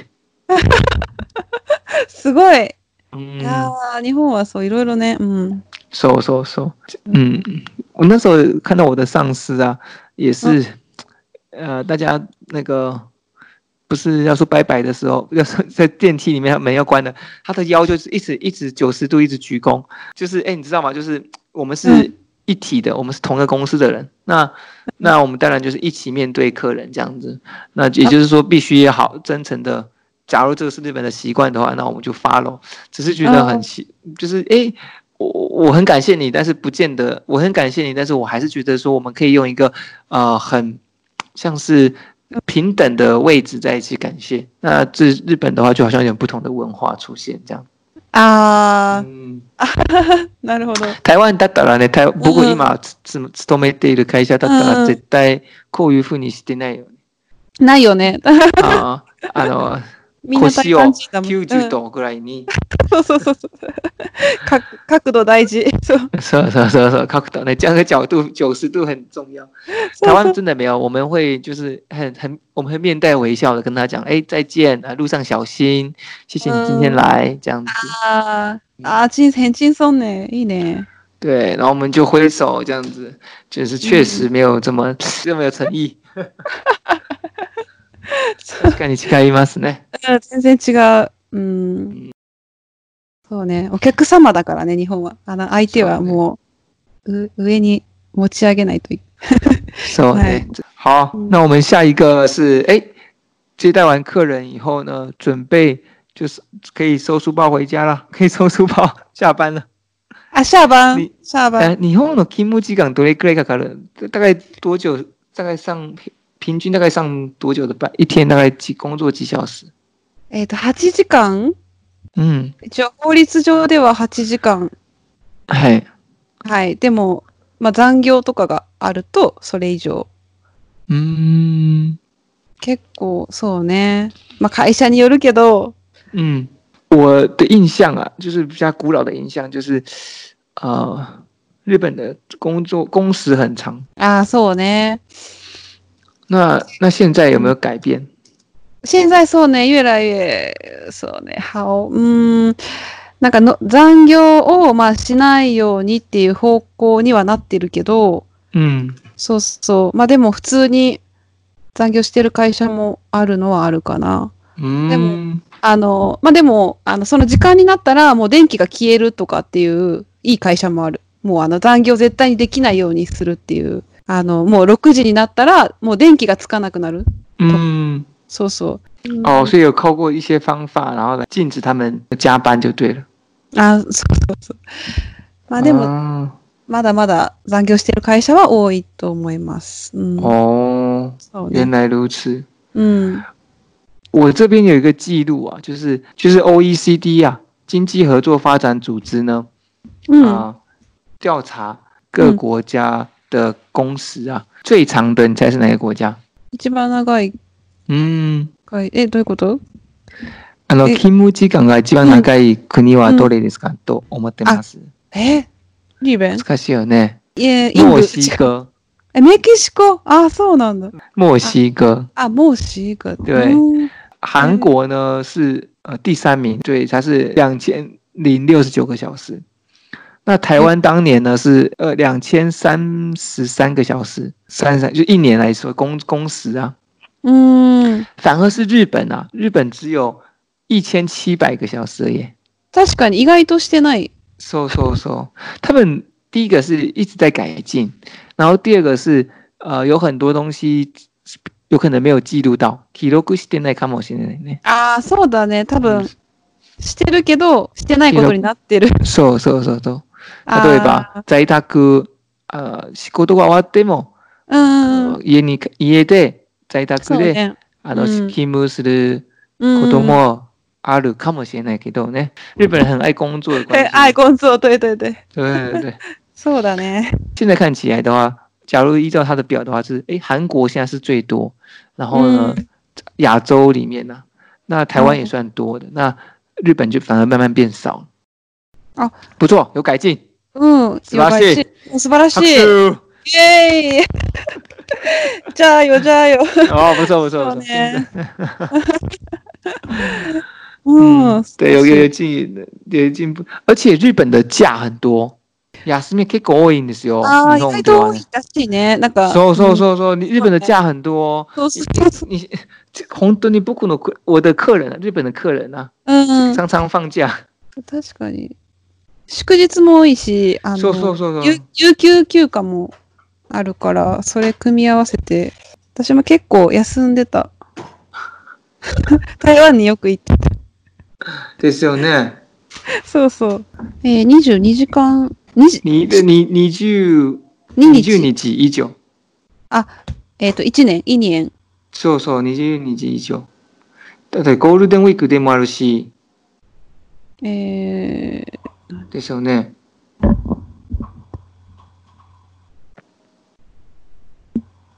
[SPEAKER 2] すごい。い
[SPEAKER 1] 嗯，
[SPEAKER 2] やー日本はそう、いろいろね。嗯。
[SPEAKER 1] 收收收，嗯，我那时候看到我的上司啊，也是，呃，大家那个不是要说拜拜的时候， <laughs> 要说在电梯里面门要关了，他的腰就是一直一直九十度一直鞠躬，就是哎、你知道吗？就是我们是
[SPEAKER 2] 嗯
[SPEAKER 1] 一体的，我们是同一个公司的人，那那我们当然就是一起面对客人这样子，那也就是说必须也好真诚的。假如这个是日本的习惯的话，那我们就 follow。只是觉得很
[SPEAKER 2] 哦
[SPEAKER 1] 奇，就是哎、诶我我很感谢你，但是不见得我很感谢你，但是我还是觉得说我们可以用一个呃很像是平等的位置在一起感谢。那这日本的话，就好像有点不同的文化出现这样。
[SPEAKER 2] ああ、
[SPEAKER 1] 嗯，
[SPEAKER 2] なるほど。
[SPEAKER 1] 台湾だったらね、台僕今つつ勤めている会社だったら
[SPEAKER 2] 嗯うん
[SPEAKER 1] 絶対こういうふうにしてないよね。
[SPEAKER 2] ないよね。 <laughs>
[SPEAKER 1] あーあの
[SPEAKER 2] みんな
[SPEAKER 1] 腰
[SPEAKER 2] 大
[SPEAKER 1] を
[SPEAKER 2] 感じだもん。
[SPEAKER 1] 90度ぐらいに。
[SPEAKER 2] うんそ
[SPEAKER 1] <laughs>
[SPEAKER 2] うそうそうそう。か角度大事。そう。
[SPEAKER 1] 是是是是，靠岛那这样的角度九十度很重要。台湾真的没有，我们会就是很很，我们会面带微笑的跟他讲，哎、再见啊，路上小心，谢谢你今天来，这样子。
[SPEAKER 2] あーあー、人生、人生ね。いいね。
[SPEAKER 1] 对，然后我们就挥手这样子，就是确实没有这么、这么有诚意。 <laughs>
[SPEAKER 2] そう
[SPEAKER 1] 看你去看いますね。
[SPEAKER 2] うん全然違う。うん。そうね。お客様だからね、日本は。あの、相手はもう、う上に持ち上げないとい
[SPEAKER 1] そうね
[SPEAKER 2] は
[SPEAKER 1] 哦
[SPEAKER 2] い。
[SPEAKER 1] 哎好，那我们下一个是哎，接待完客人以后呢，准备就是可以收书包回家了，可以收书包下班了。
[SPEAKER 2] あ、シャーバン
[SPEAKER 1] に。
[SPEAKER 2] シャーバン。
[SPEAKER 1] 哎，日本の勤務時間どれくらいかかる？大概多久？大概上平均大概上多久的班？一天大概几工作几小时？
[SPEAKER 2] えっ、と、8時間
[SPEAKER 1] 嗯，
[SPEAKER 2] 一応、法律上では8時間。
[SPEAKER 1] はい。
[SPEAKER 2] はい。でも、まあ、残業とかがあると、それ以上。
[SPEAKER 1] うーん。
[SPEAKER 2] 結構、そうね。まあ、会社によるけど、
[SPEAKER 1] 嗯，我的印象啊，就是比较古老的印象，就是呃，日本的工作工时很长。
[SPEAKER 2] ああ、そうね。
[SPEAKER 1] 那那现在有没有改变？
[SPEAKER 2] 現在そうね、越来越、そうね、はお、うーん、なんかの残業を、まあ、しないようにっていう方向にはなってるけど、
[SPEAKER 1] 嗯
[SPEAKER 2] そうそう。まあ、でも、普通に残業してる会社もあるのはあるかな。
[SPEAKER 1] 嗯，
[SPEAKER 2] あの、まあ、でも、あの、その時間になったら、もう電気が消えるとかっていう、いい会社もある。もうあの、残業絶対にできないようにするっていう。あの、もう6時になったら、もう電気がつかなくなる。
[SPEAKER 1] 嗯
[SPEAKER 2] そうそう。うん
[SPEAKER 1] 哦，所以有靠过一些方法，然后来禁止他们加班就对了。
[SPEAKER 2] あ、そうそうそう。まあでも、
[SPEAKER 1] 啊
[SPEAKER 2] まだまだ残業してる会社は多いと思います。うん。
[SPEAKER 1] 哦，
[SPEAKER 2] そう
[SPEAKER 1] 原
[SPEAKER 2] ね。
[SPEAKER 1] 来如此。
[SPEAKER 2] うん。
[SPEAKER 1] 我这边有一个记录啊，就是就是 OECD 啊，经济合作发展组织呢
[SPEAKER 2] う
[SPEAKER 1] 啊、
[SPEAKER 2] ん。
[SPEAKER 1] 调查各国家的工时啊，最长的你猜是哪个国家？
[SPEAKER 2] 一番長い
[SPEAKER 1] 嗯，
[SPEAKER 2] 会、え、どういうこと
[SPEAKER 1] あの
[SPEAKER 2] え
[SPEAKER 1] 勤務時間が一番長い国はどれですか、と思ってます。
[SPEAKER 2] えリーベン
[SPEAKER 1] 難しいよね。
[SPEAKER 2] え、イン
[SPEAKER 1] 墨
[SPEAKER 2] グ
[SPEAKER 1] 西哥，
[SPEAKER 2] え、メキシコあ、そうなんだ。
[SPEAKER 1] 墨西哥。
[SPEAKER 2] あ、もうしいか。
[SPEAKER 1] 对
[SPEAKER 2] うん
[SPEAKER 1] 韩国呢是呃第三名，对，它是两千零六十九个小时。那台湾当年呢是呃两千三十三个小时，三三就一年来说工工时啊，
[SPEAKER 2] うん。
[SPEAKER 1] 反而是日本啊，日本只有一千七百个小时而已。
[SPEAKER 2] 確かに意外としてない。
[SPEAKER 1] そうそうそう。他们第一个是一直在改进，然后第二个是呃有很多东西有可能没有记录到，記録してないかもしれないね。
[SPEAKER 2] ああ、そうだね。多
[SPEAKER 1] うん
[SPEAKER 2] 分、してるけど、してないことになってる。
[SPEAKER 1] そうそうそうそう。
[SPEAKER 2] あ
[SPEAKER 1] 例えば
[SPEAKER 2] ー
[SPEAKER 1] 在宅呃仕事が終わっても、
[SPEAKER 2] うんうん。
[SPEAKER 1] 家に家で在宅
[SPEAKER 2] そう
[SPEAKER 1] で、
[SPEAKER 2] ね。
[SPEAKER 1] あの
[SPEAKER 2] うん
[SPEAKER 1] 勤務する
[SPEAKER 2] うん
[SPEAKER 1] こともあるかもしれないけどね。日本人很爱工作的关
[SPEAKER 2] 对，
[SPEAKER 1] 系。
[SPEAKER 2] 爱工作，对对对，
[SPEAKER 1] <laughs> 对对对。
[SPEAKER 2] そうだね。
[SPEAKER 1] 现在看起来的话，假如依照它的表的话是，诶韩国现在是最多，然后呢，
[SPEAKER 2] 嗯
[SPEAKER 1] 亚洲里面呢、那台湾也算多的，那日本就反而慢慢变少。
[SPEAKER 2] 哦，
[SPEAKER 1] 不错，有改进，
[SPEAKER 2] うん、
[SPEAKER 1] 素晴らしい
[SPEAKER 2] よかい。素晴らし
[SPEAKER 1] 拍
[SPEAKER 2] い。
[SPEAKER 1] 手！
[SPEAKER 2] イエーイ <laughs> じゃあよ、じゃあよ。 <laughs>
[SPEAKER 1] 哦，不错不错
[SPEAKER 2] そう
[SPEAKER 1] 不错，
[SPEAKER 2] ね
[SPEAKER 1] 真 <laughs> 的
[SPEAKER 2] 哦うん、
[SPEAKER 1] 嗯对，有有有进有进步，而且日本的假很多，雅思面可以多いんですよ。
[SPEAKER 2] ああ、意
[SPEAKER 1] 日本
[SPEAKER 2] 外
[SPEAKER 1] では
[SPEAKER 2] 啊と多嗯
[SPEAKER 1] ね
[SPEAKER 2] いらしいね。なんか、
[SPEAKER 1] そうそう
[SPEAKER 2] うん。
[SPEAKER 1] そうそう、你日本的假很多。
[SPEAKER 2] そうそうそう。
[SPEAKER 1] 你 <laughs> 这红灯，你不可能我的客人啊，日本的客人啊，
[SPEAKER 2] うん、
[SPEAKER 1] 常常放假。
[SPEAKER 2] 確かに。祝日も多いし、あの、
[SPEAKER 1] そうそうそうそう
[SPEAKER 2] 有。有給休暇もあるから、それ組み合わせて、私も結構休んでた。 <laughs> 台湾によく行ってた。
[SPEAKER 1] ですよね。
[SPEAKER 2] そうそう。えー、22時間、2時、
[SPEAKER 1] 你的你你就
[SPEAKER 2] 2
[SPEAKER 1] 你
[SPEAKER 2] 日。
[SPEAKER 1] 就你几一九，
[SPEAKER 2] えっ、と、1年、2年。
[SPEAKER 1] そうそう你就你几一九。だってゴールデンウィークでもあるし、
[SPEAKER 2] えー、
[SPEAKER 1] ですよね。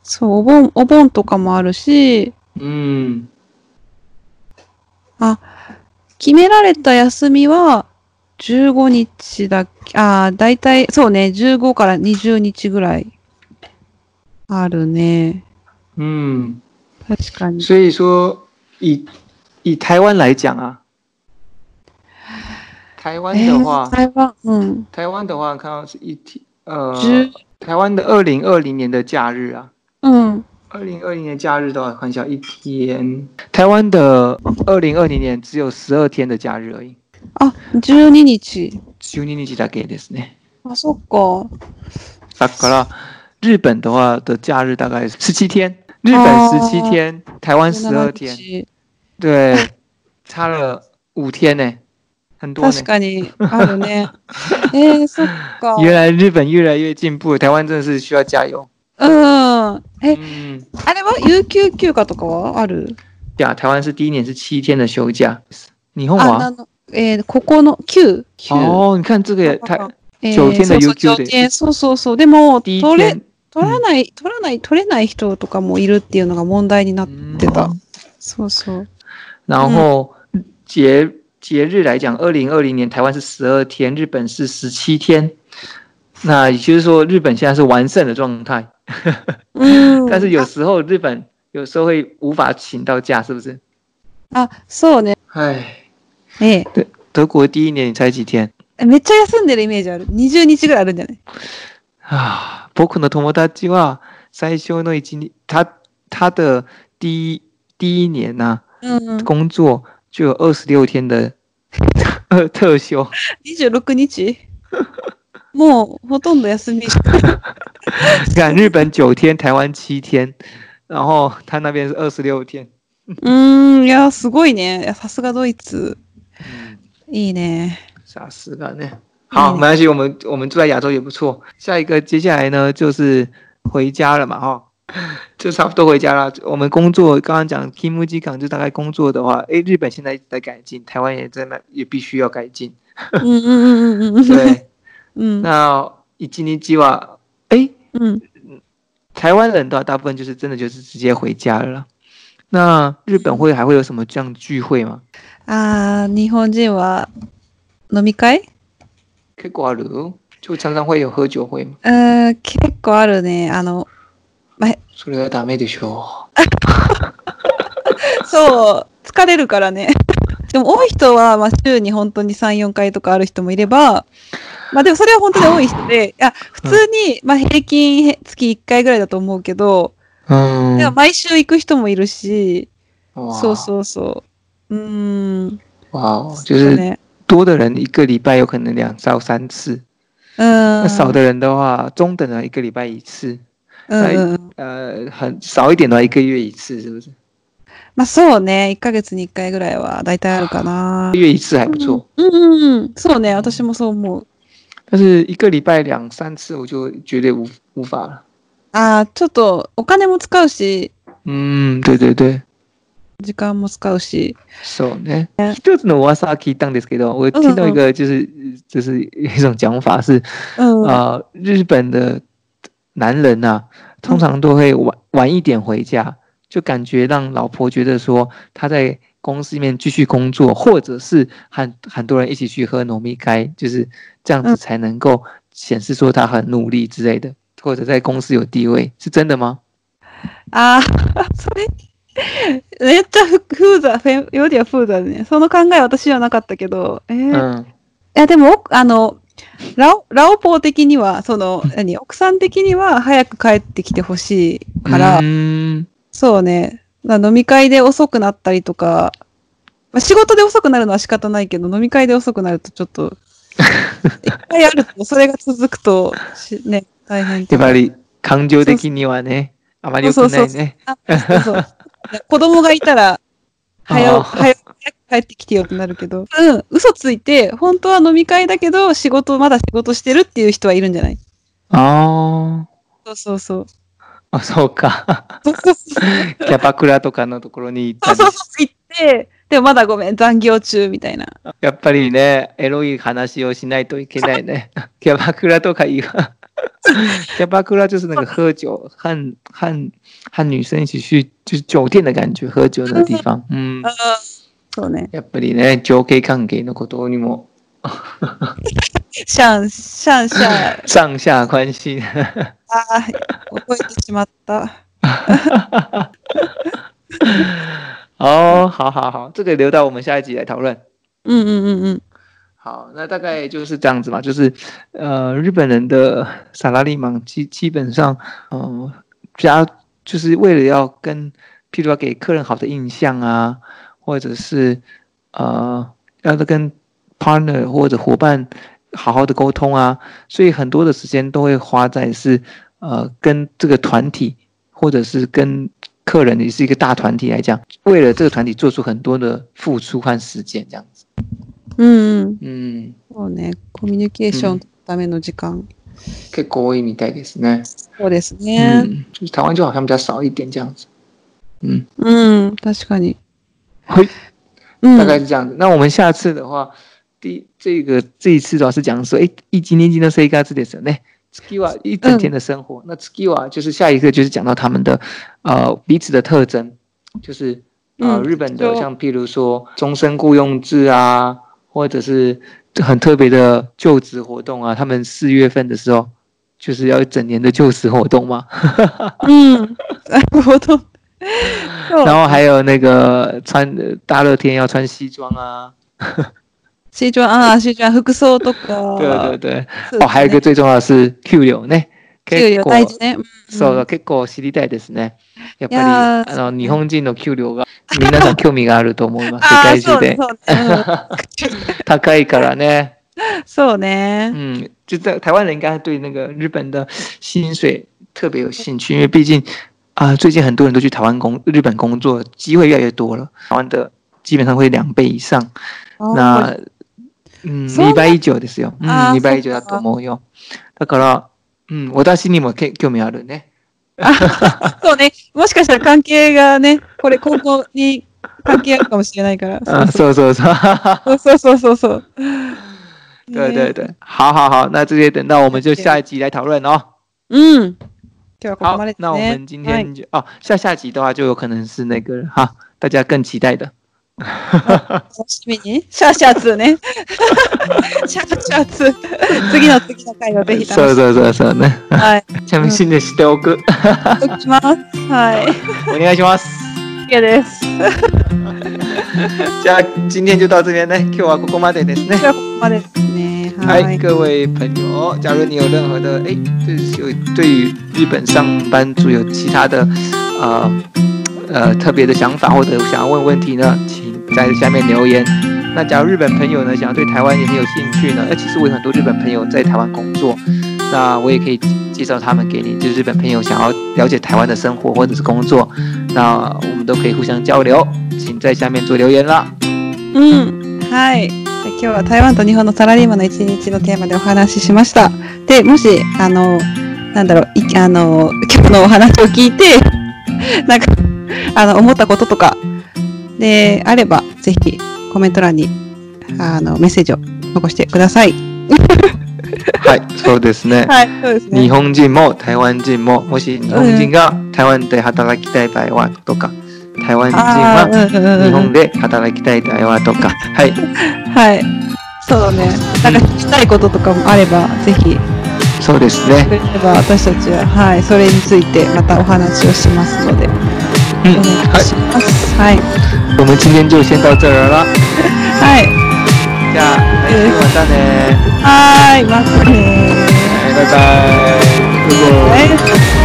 [SPEAKER 2] そう、お盆、お盆とかもあるし、
[SPEAKER 1] うん。
[SPEAKER 2] 決められた休みは、15日だっけ、ああ、だいたい、そうね、15から20日ぐらい、あるね。
[SPEAKER 1] 嗯，
[SPEAKER 2] 確かに。
[SPEAKER 1] 所以说以以台湾来讲啊，台湾
[SPEAKER 2] え
[SPEAKER 1] 的
[SPEAKER 2] ー、
[SPEAKER 1] 话，
[SPEAKER 2] 台湾、うん。
[SPEAKER 1] 台湾的话，看到是一天呃
[SPEAKER 2] 十，
[SPEAKER 1] 台湾的二零二零年的假日啊，
[SPEAKER 2] うん。
[SPEAKER 1] 二零二零年假日的话，看一下一天，台湾的二零二零年只有十二天的假日而已。
[SPEAKER 2] あ、12日。
[SPEAKER 1] 12日だけです <laughs> ね。
[SPEAKER 2] あ、そっか。
[SPEAKER 1] だから日本的话的假日大概是十七天，日本十七天，台湾十二天
[SPEAKER 2] 17，日
[SPEAKER 1] 对，差了五天呢，很多呢
[SPEAKER 2] 確。かに、あるね。えー、そっか。
[SPEAKER 1] 原来日本越来越进步，台湾真的是需要加油。
[SPEAKER 2] うん。え、
[SPEAKER 1] 嗯，
[SPEAKER 2] あれは有給休暇とかはある
[SPEAKER 1] 呀，台湾是第一年是七天的休假，你红
[SPEAKER 2] あ、
[SPEAKER 1] 娃
[SPEAKER 2] なの、えー、ここの9、九
[SPEAKER 1] 啊哦，你看这个也太
[SPEAKER 2] えー
[SPEAKER 1] 上天の有給
[SPEAKER 2] そうそう上天そうそうそう。でも、
[SPEAKER 1] 第一
[SPEAKER 2] 取れ
[SPEAKER 1] 天，
[SPEAKER 2] 取らない、取らない、取れない人とかもいるっていうのが問題になっ
[SPEAKER 1] 嗯
[SPEAKER 2] てた。そうそう。
[SPEAKER 1] 然后节节日来讲，二零二零年台湾是十二天，日本是十七天。那也就是说，日本现在是完胜的状态，
[SPEAKER 2] うん。
[SPEAKER 1] 但是有时候日本有时候会无法请到假，是不是？
[SPEAKER 2] あ、そうね。
[SPEAKER 1] 唉，
[SPEAKER 2] え
[SPEAKER 1] 德国第一年你才几天
[SPEAKER 2] え。めっちゃ休んでるイメージある。20日ぐらいあるんじゃない
[SPEAKER 1] 啊？僕の友達は最初の一年，他他的第一第一年呐、
[SPEAKER 2] うん。
[SPEAKER 1] 工作就有二十六天的 <laughs> 特特休。
[SPEAKER 2] 26日 <laughs> もう、ほとんど休 <laughs> み。
[SPEAKER 1] <laughs> 你看日本九天，台湾七天，然后他那边是二十六天。
[SPEAKER 2] うーん、いや、すごいね。いやさすがドイツ。
[SPEAKER 1] 嗯，
[SPEAKER 2] いいね。
[SPEAKER 1] 啥事干呢？好，
[SPEAKER 2] 嗯
[SPEAKER 1] 没关系，我们我们住在亚洲也不错。下一个，接下来呢就是回家了嘛，哈， <laughs> 就差不多回家了。我们工作刚刚讲 Kimuji 港，就大概工作的话，诶，日本现在一直在改进，台湾也在那也必须要改进。
[SPEAKER 2] うんうんうんうんうん。
[SPEAKER 1] 对，
[SPEAKER 2] うん。
[SPEAKER 1] 那一进一计划，诶。
[SPEAKER 2] うん。
[SPEAKER 1] 台湾人的话，大部分就是真的就是直接回家了啦。那日本会还会有什么这样的聚会吗？
[SPEAKER 2] あー日本人は飲み会
[SPEAKER 1] 可以挂炉，就常常会有喝酒会嘛。
[SPEAKER 2] うーん、結構あるね。あの、
[SPEAKER 1] それはダメでしょ
[SPEAKER 2] そう、疲れるからね。でも多い人は、まあ、週に本当に3、4回とかある人もいれば、まあでもそれは本当に多い人で、いや、普通に、まあ平均へ月1回ぐらいだと思うけど、
[SPEAKER 1] うん
[SPEAKER 2] でも毎週行く人もいるし、
[SPEAKER 1] 哇
[SPEAKER 2] そうそうそう。うーん。
[SPEAKER 1] 哇哦，就
[SPEAKER 2] そう
[SPEAKER 1] 是
[SPEAKER 2] ね。
[SPEAKER 1] 多的人一个礼拜有可能两到三次，
[SPEAKER 2] うー
[SPEAKER 1] 那
[SPEAKER 2] ん。
[SPEAKER 1] 少的人的话，中等的一个礼拜一次，
[SPEAKER 2] うんうんうん。
[SPEAKER 1] 呃，很少一点的话一个月一次，是不是？
[SPEAKER 2] まあそうね。1ヶ月に1回ぐらいは大体あるかな
[SPEAKER 1] 一个。月一次还不错，
[SPEAKER 2] うんうんうん。そうね。私もそう思う。
[SPEAKER 1] 但是一个礼拜两三次我就绝对无无法了。
[SPEAKER 2] ああ、ちょっとお金も使うし、
[SPEAKER 1] 嗯，对对对。
[SPEAKER 2] 時間も使うし。
[SPEAKER 1] そうね。一つの噂は聞いたんですけど、我听到一个就是就是一种讲法是
[SPEAKER 2] うん。
[SPEAKER 1] 啊，日本的男人呐，
[SPEAKER 2] 嗯
[SPEAKER 1] 通常都会晚晚一点回家，就感觉让老婆觉得说他在公司里面继续工作，或者是很很多人一起去喝糯米开，就是这样子
[SPEAKER 2] 嗯
[SPEAKER 1] 才能够显示说他很努力之类的，或者在公司有地位，是真的吗？
[SPEAKER 2] ああ、それ、めっちゃふフーザ、フェよりはフーザだね。その考え私はなかったけど、えーい
[SPEAKER 1] 嗯
[SPEAKER 2] や、でも、あの、ラオ、ラオポー的には、その、何、奥さん的には早く帰ってきてほしいから、
[SPEAKER 1] 嗯
[SPEAKER 2] そうね、まあ飲み会で遅くなったりとか、まあ、仕事で遅くなるのは仕方ないけど、飲み会で遅くなるとちょっ
[SPEAKER 1] <laughs>
[SPEAKER 2] と、一回あると、それが続くと、しね、大変。
[SPEAKER 1] やっぱり感情的にはね、あまり良く
[SPEAKER 2] そ
[SPEAKER 1] な
[SPEAKER 2] う
[SPEAKER 1] い
[SPEAKER 2] そ
[SPEAKER 1] ね。
[SPEAKER 2] あそうそう。 <laughs> 子供がいたら、早
[SPEAKER 1] あー
[SPEAKER 2] う、早く帰ってきてよってなるけど。うん、嘘ついて、本当は飲み会だけど、仕事、まだ仕事してるっていう人はいるんじゃない
[SPEAKER 1] あ
[SPEAKER 2] そうそうそう。
[SPEAKER 1] ーあ、そうか。 <laughs>
[SPEAKER 2] そうそうそう。 <laughs>
[SPEAKER 1] キャバクラとかのところに行
[SPEAKER 2] そう
[SPEAKER 1] った
[SPEAKER 2] そう
[SPEAKER 1] りし
[SPEAKER 2] そう。行って、でもまだごめん、残業中みたいな。
[SPEAKER 1] やっぱりね、エロい話をしないといけないね。キャバクラとか言わ。キャバクラ就是那个喝酒和和和女生一起去就是酒店的感觉，喝酒那个地方。嗯
[SPEAKER 2] あ，ーそうね。
[SPEAKER 1] やっぱりね、情景関係のことにも
[SPEAKER 2] シャン、シャン、シャン。
[SPEAKER 1] 上下关系。
[SPEAKER 2] あー覚えてしまった。
[SPEAKER 1] 哦，好好好，这个留到我们下一集来讨论。
[SPEAKER 2] うんうんうんうん。
[SPEAKER 1] 好，那大概就是这样子嘛，就是呃，日本人的萨拉利芒基基本上，呃，加就是为了要跟，譬如要给客人好的印象啊，或者是呃，要跟 partner 或者伙伴好好的沟通啊，所以很多的时间都会花在是呃跟这个团体或者是跟客人也是一个大团体来讲，为了这个团体做出很多的付出和时间这样子，
[SPEAKER 2] うんうん。
[SPEAKER 1] 嗯。
[SPEAKER 2] そうね。コミュニケーションのための時間。
[SPEAKER 1] 結構多いみたいです
[SPEAKER 2] 啊
[SPEAKER 1] ね。
[SPEAKER 2] そうです
[SPEAKER 1] う。ん、
[SPEAKER 2] ね
[SPEAKER 1] 嗯就是台湾就好像比较少一点这样子。嗯，
[SPEAKER 2] うん、確かに。
[SPEAKER 1] 会
[SPEAKER 2] うん
[SPEAKER 1] 大概是这样子。那我们下次的话，第这个这一次主要是讲说，哎，一级年级的生活ですよね。月
[SPEAKER 2] 嗯
[SPEAKER 1] は一整天的生活。那月は就是下一个就是讲到他们的呃彼此的特征，就是呃、
[SPEAKER 2] 嗯
[SPEAKER 1] 日本的
[SPEAKER 2] 就
[SPEAKER 1] 像譬如说终身雇佣制啊，或者是很特别的就职活动啊，他们四月份的时候就是要一整年的就职活动嘛。
[SPEAKER 2] うん。なるほ <laughs> ど。そう
[SPEAKER 1] 然后还有那个穿呃大热天要穿西装啊，
[SPEAKER 2] シーチュアン、ああ、シーチュアン、服装とか。
[SPEAKER 1] 对对对。
[SPEAKER 2] そうですね
[SPEAKER 1] 哦，还有一个最重要的是 Q 流呢，
[SPEAKER 2] 給
[SPEAKER 1] 結
[SPEAKER 2] 料
[SPEAKER 1] 構
[SPEAKER 2] 大事ね。うん
[SPEAKER 1] そうだ結構知りたいですね。やっ
[SPEAKER 2] いや
[SPEAKER 1] ぱり
[SPEAKER 2] ー
[SPEAKER 1] あの日本人の給 <laughs> 料が皆さん興味があると思い <laughs> ます。世
[SPEAKER 2] ああ、
[SPEAKER 1] 界
[SPEAKER 2] そ
[SPEAKER 1] 中
[SPEAKER 2] うね
[SPEAKER 1] で。高いからね。
[SPEAKER 2] うんそうね。
[SPEAKER 1] 嗯，就在台湾人应该对那个日本的薪水特别有兴趣，因为毕竟啊、最近很多人都去台湾工、日本工作，机会越来越多了。台湾的基本上会两倍以上。
[SPEAKER 2] あ
[SPEAKER 1] な、うん、
[SPEAKER 2] そんな
[SPEAKER 1] 2倍以上ですよ。うん、
[SPEAKER 2] あー
[SPEAKER 1] 2倍以上だと思うよ。だから、うん、私にもけ興味あるね。
[SPEAKER 2] あそうね。もしかしたら関係がね、これ、今後に関係あるかもしれないから。
[SPEAKER 1] 啊，そうそうそう。
[SPEAKER 2] そうそうそうそ
[SPEAKER 1] <laughs>
[SPEAKER 2] うそう。
[SPEAKER 1] 对对
[SPEAKER 2] ね
[SPEAKER 1] 对，好好好，那这些等到我们就下一集来讨论哦。
[SPEAKER 2] うん。今日はここ
[SPEAKER 1] 好
[SPEAKER 2] まで，です
[SPEAKER 1] 那我
[SPEAKER 2] ね
[SPEAKER 1] 们。今
[SPEAKER 2] はい
[SPEAKER 1] 天就、哦，下下集的话就有可能是那个哈，大家更期待的。
[SPEAKER 2] 楽しみに。シャーシャー2ね。
[SPEAKER 1] <laughs>
[SPEAKER 2] シャーシャー2。次の次の回をぜひ楽しみ
[SPEAKER 1] そう
[SPEAKER 2] に。
[SPEAKER 1] そうそうそうね。
[SPEAKER 2] はい。
[SPEAKER 1] ちなみに新年してお
[SPEAKER 2] <laughs>
[SPEAKER 1] く。 <laughs>
[SPEAKER 2] おきます。はい。
[SPEAKER 1] お願いします。
[SPEAKER 2] OK です。
[SPEAKER 1] じゃあ今天就到这边呢，今日はここまでですね
[SPEAKER 2] じ。ゃあ、ここまでですね。
[SPEAKER 1] 嗨，各位朋友，假如你有任何的哎，就是有对于日本上班族有其他的呃呃特别的想法，或者想要问问题呢，请在下面留言。那假如日本朋友呢，想要对台湾也很有兴趣呢，哎，其实我有很多日本朋友在台湾工作，那我也可以介绍他们给你，就是日本朋友想要了解台湾的生活或者是工作，那我们都可以互相交流，请在下面做留言啦。
[SPEAKER 2] うん。はい。で今日は台湾と日本のサラリーマンの一日のテーマでお話ししました。で、もし、あの、なんだろう、いあの、今日のお話を聞いて、 <laughs> なんか、あの、思ったこととか、で、あれば、ぜひ、コメント欄に、あの、メッセージを残してください。
[SPEAKER 1] 嗨，そうですね。
[SPEAKER 2] はい、そうです
[SPEAKER 1] 日
[SPEAKER 2] ね。
[SPEAKER 1] 本人も台湾人ももし日本人が台湾で働きたい場合はとか台湾人
[SPEAKER 2] あ
[SPEAKER 1] は
[SPEAKER 2] あ、うんうんうん。
[SPEAKER 1] 日本で働きたい場合はとかはい
[SPEAKER 2] はい。そうね。なんか聞きたいこととかもあれば、ぜひ、
[SPEAKER 1] そうですね
[SPEAKER 2] くれれば私たちは、はい、それについてまたお話をしますので、
[SPEAKER 1] う
[SPEAKER 2] お
[SPEAKER 1] ん
[SPEAKER 2] 願いし
[SPEAKER 1] は
[SPEAKER 2] ます。はい。
[SPEAKER 1] い我们今天就先到这儿了
[SPEAKER 2] はい。
[SPEAKER 1] じゃあ来週またね
[SPEAKER 2] はーい。またねー。
[SPEAKER 1] 拜拜如果
[SPEAKER 2] はい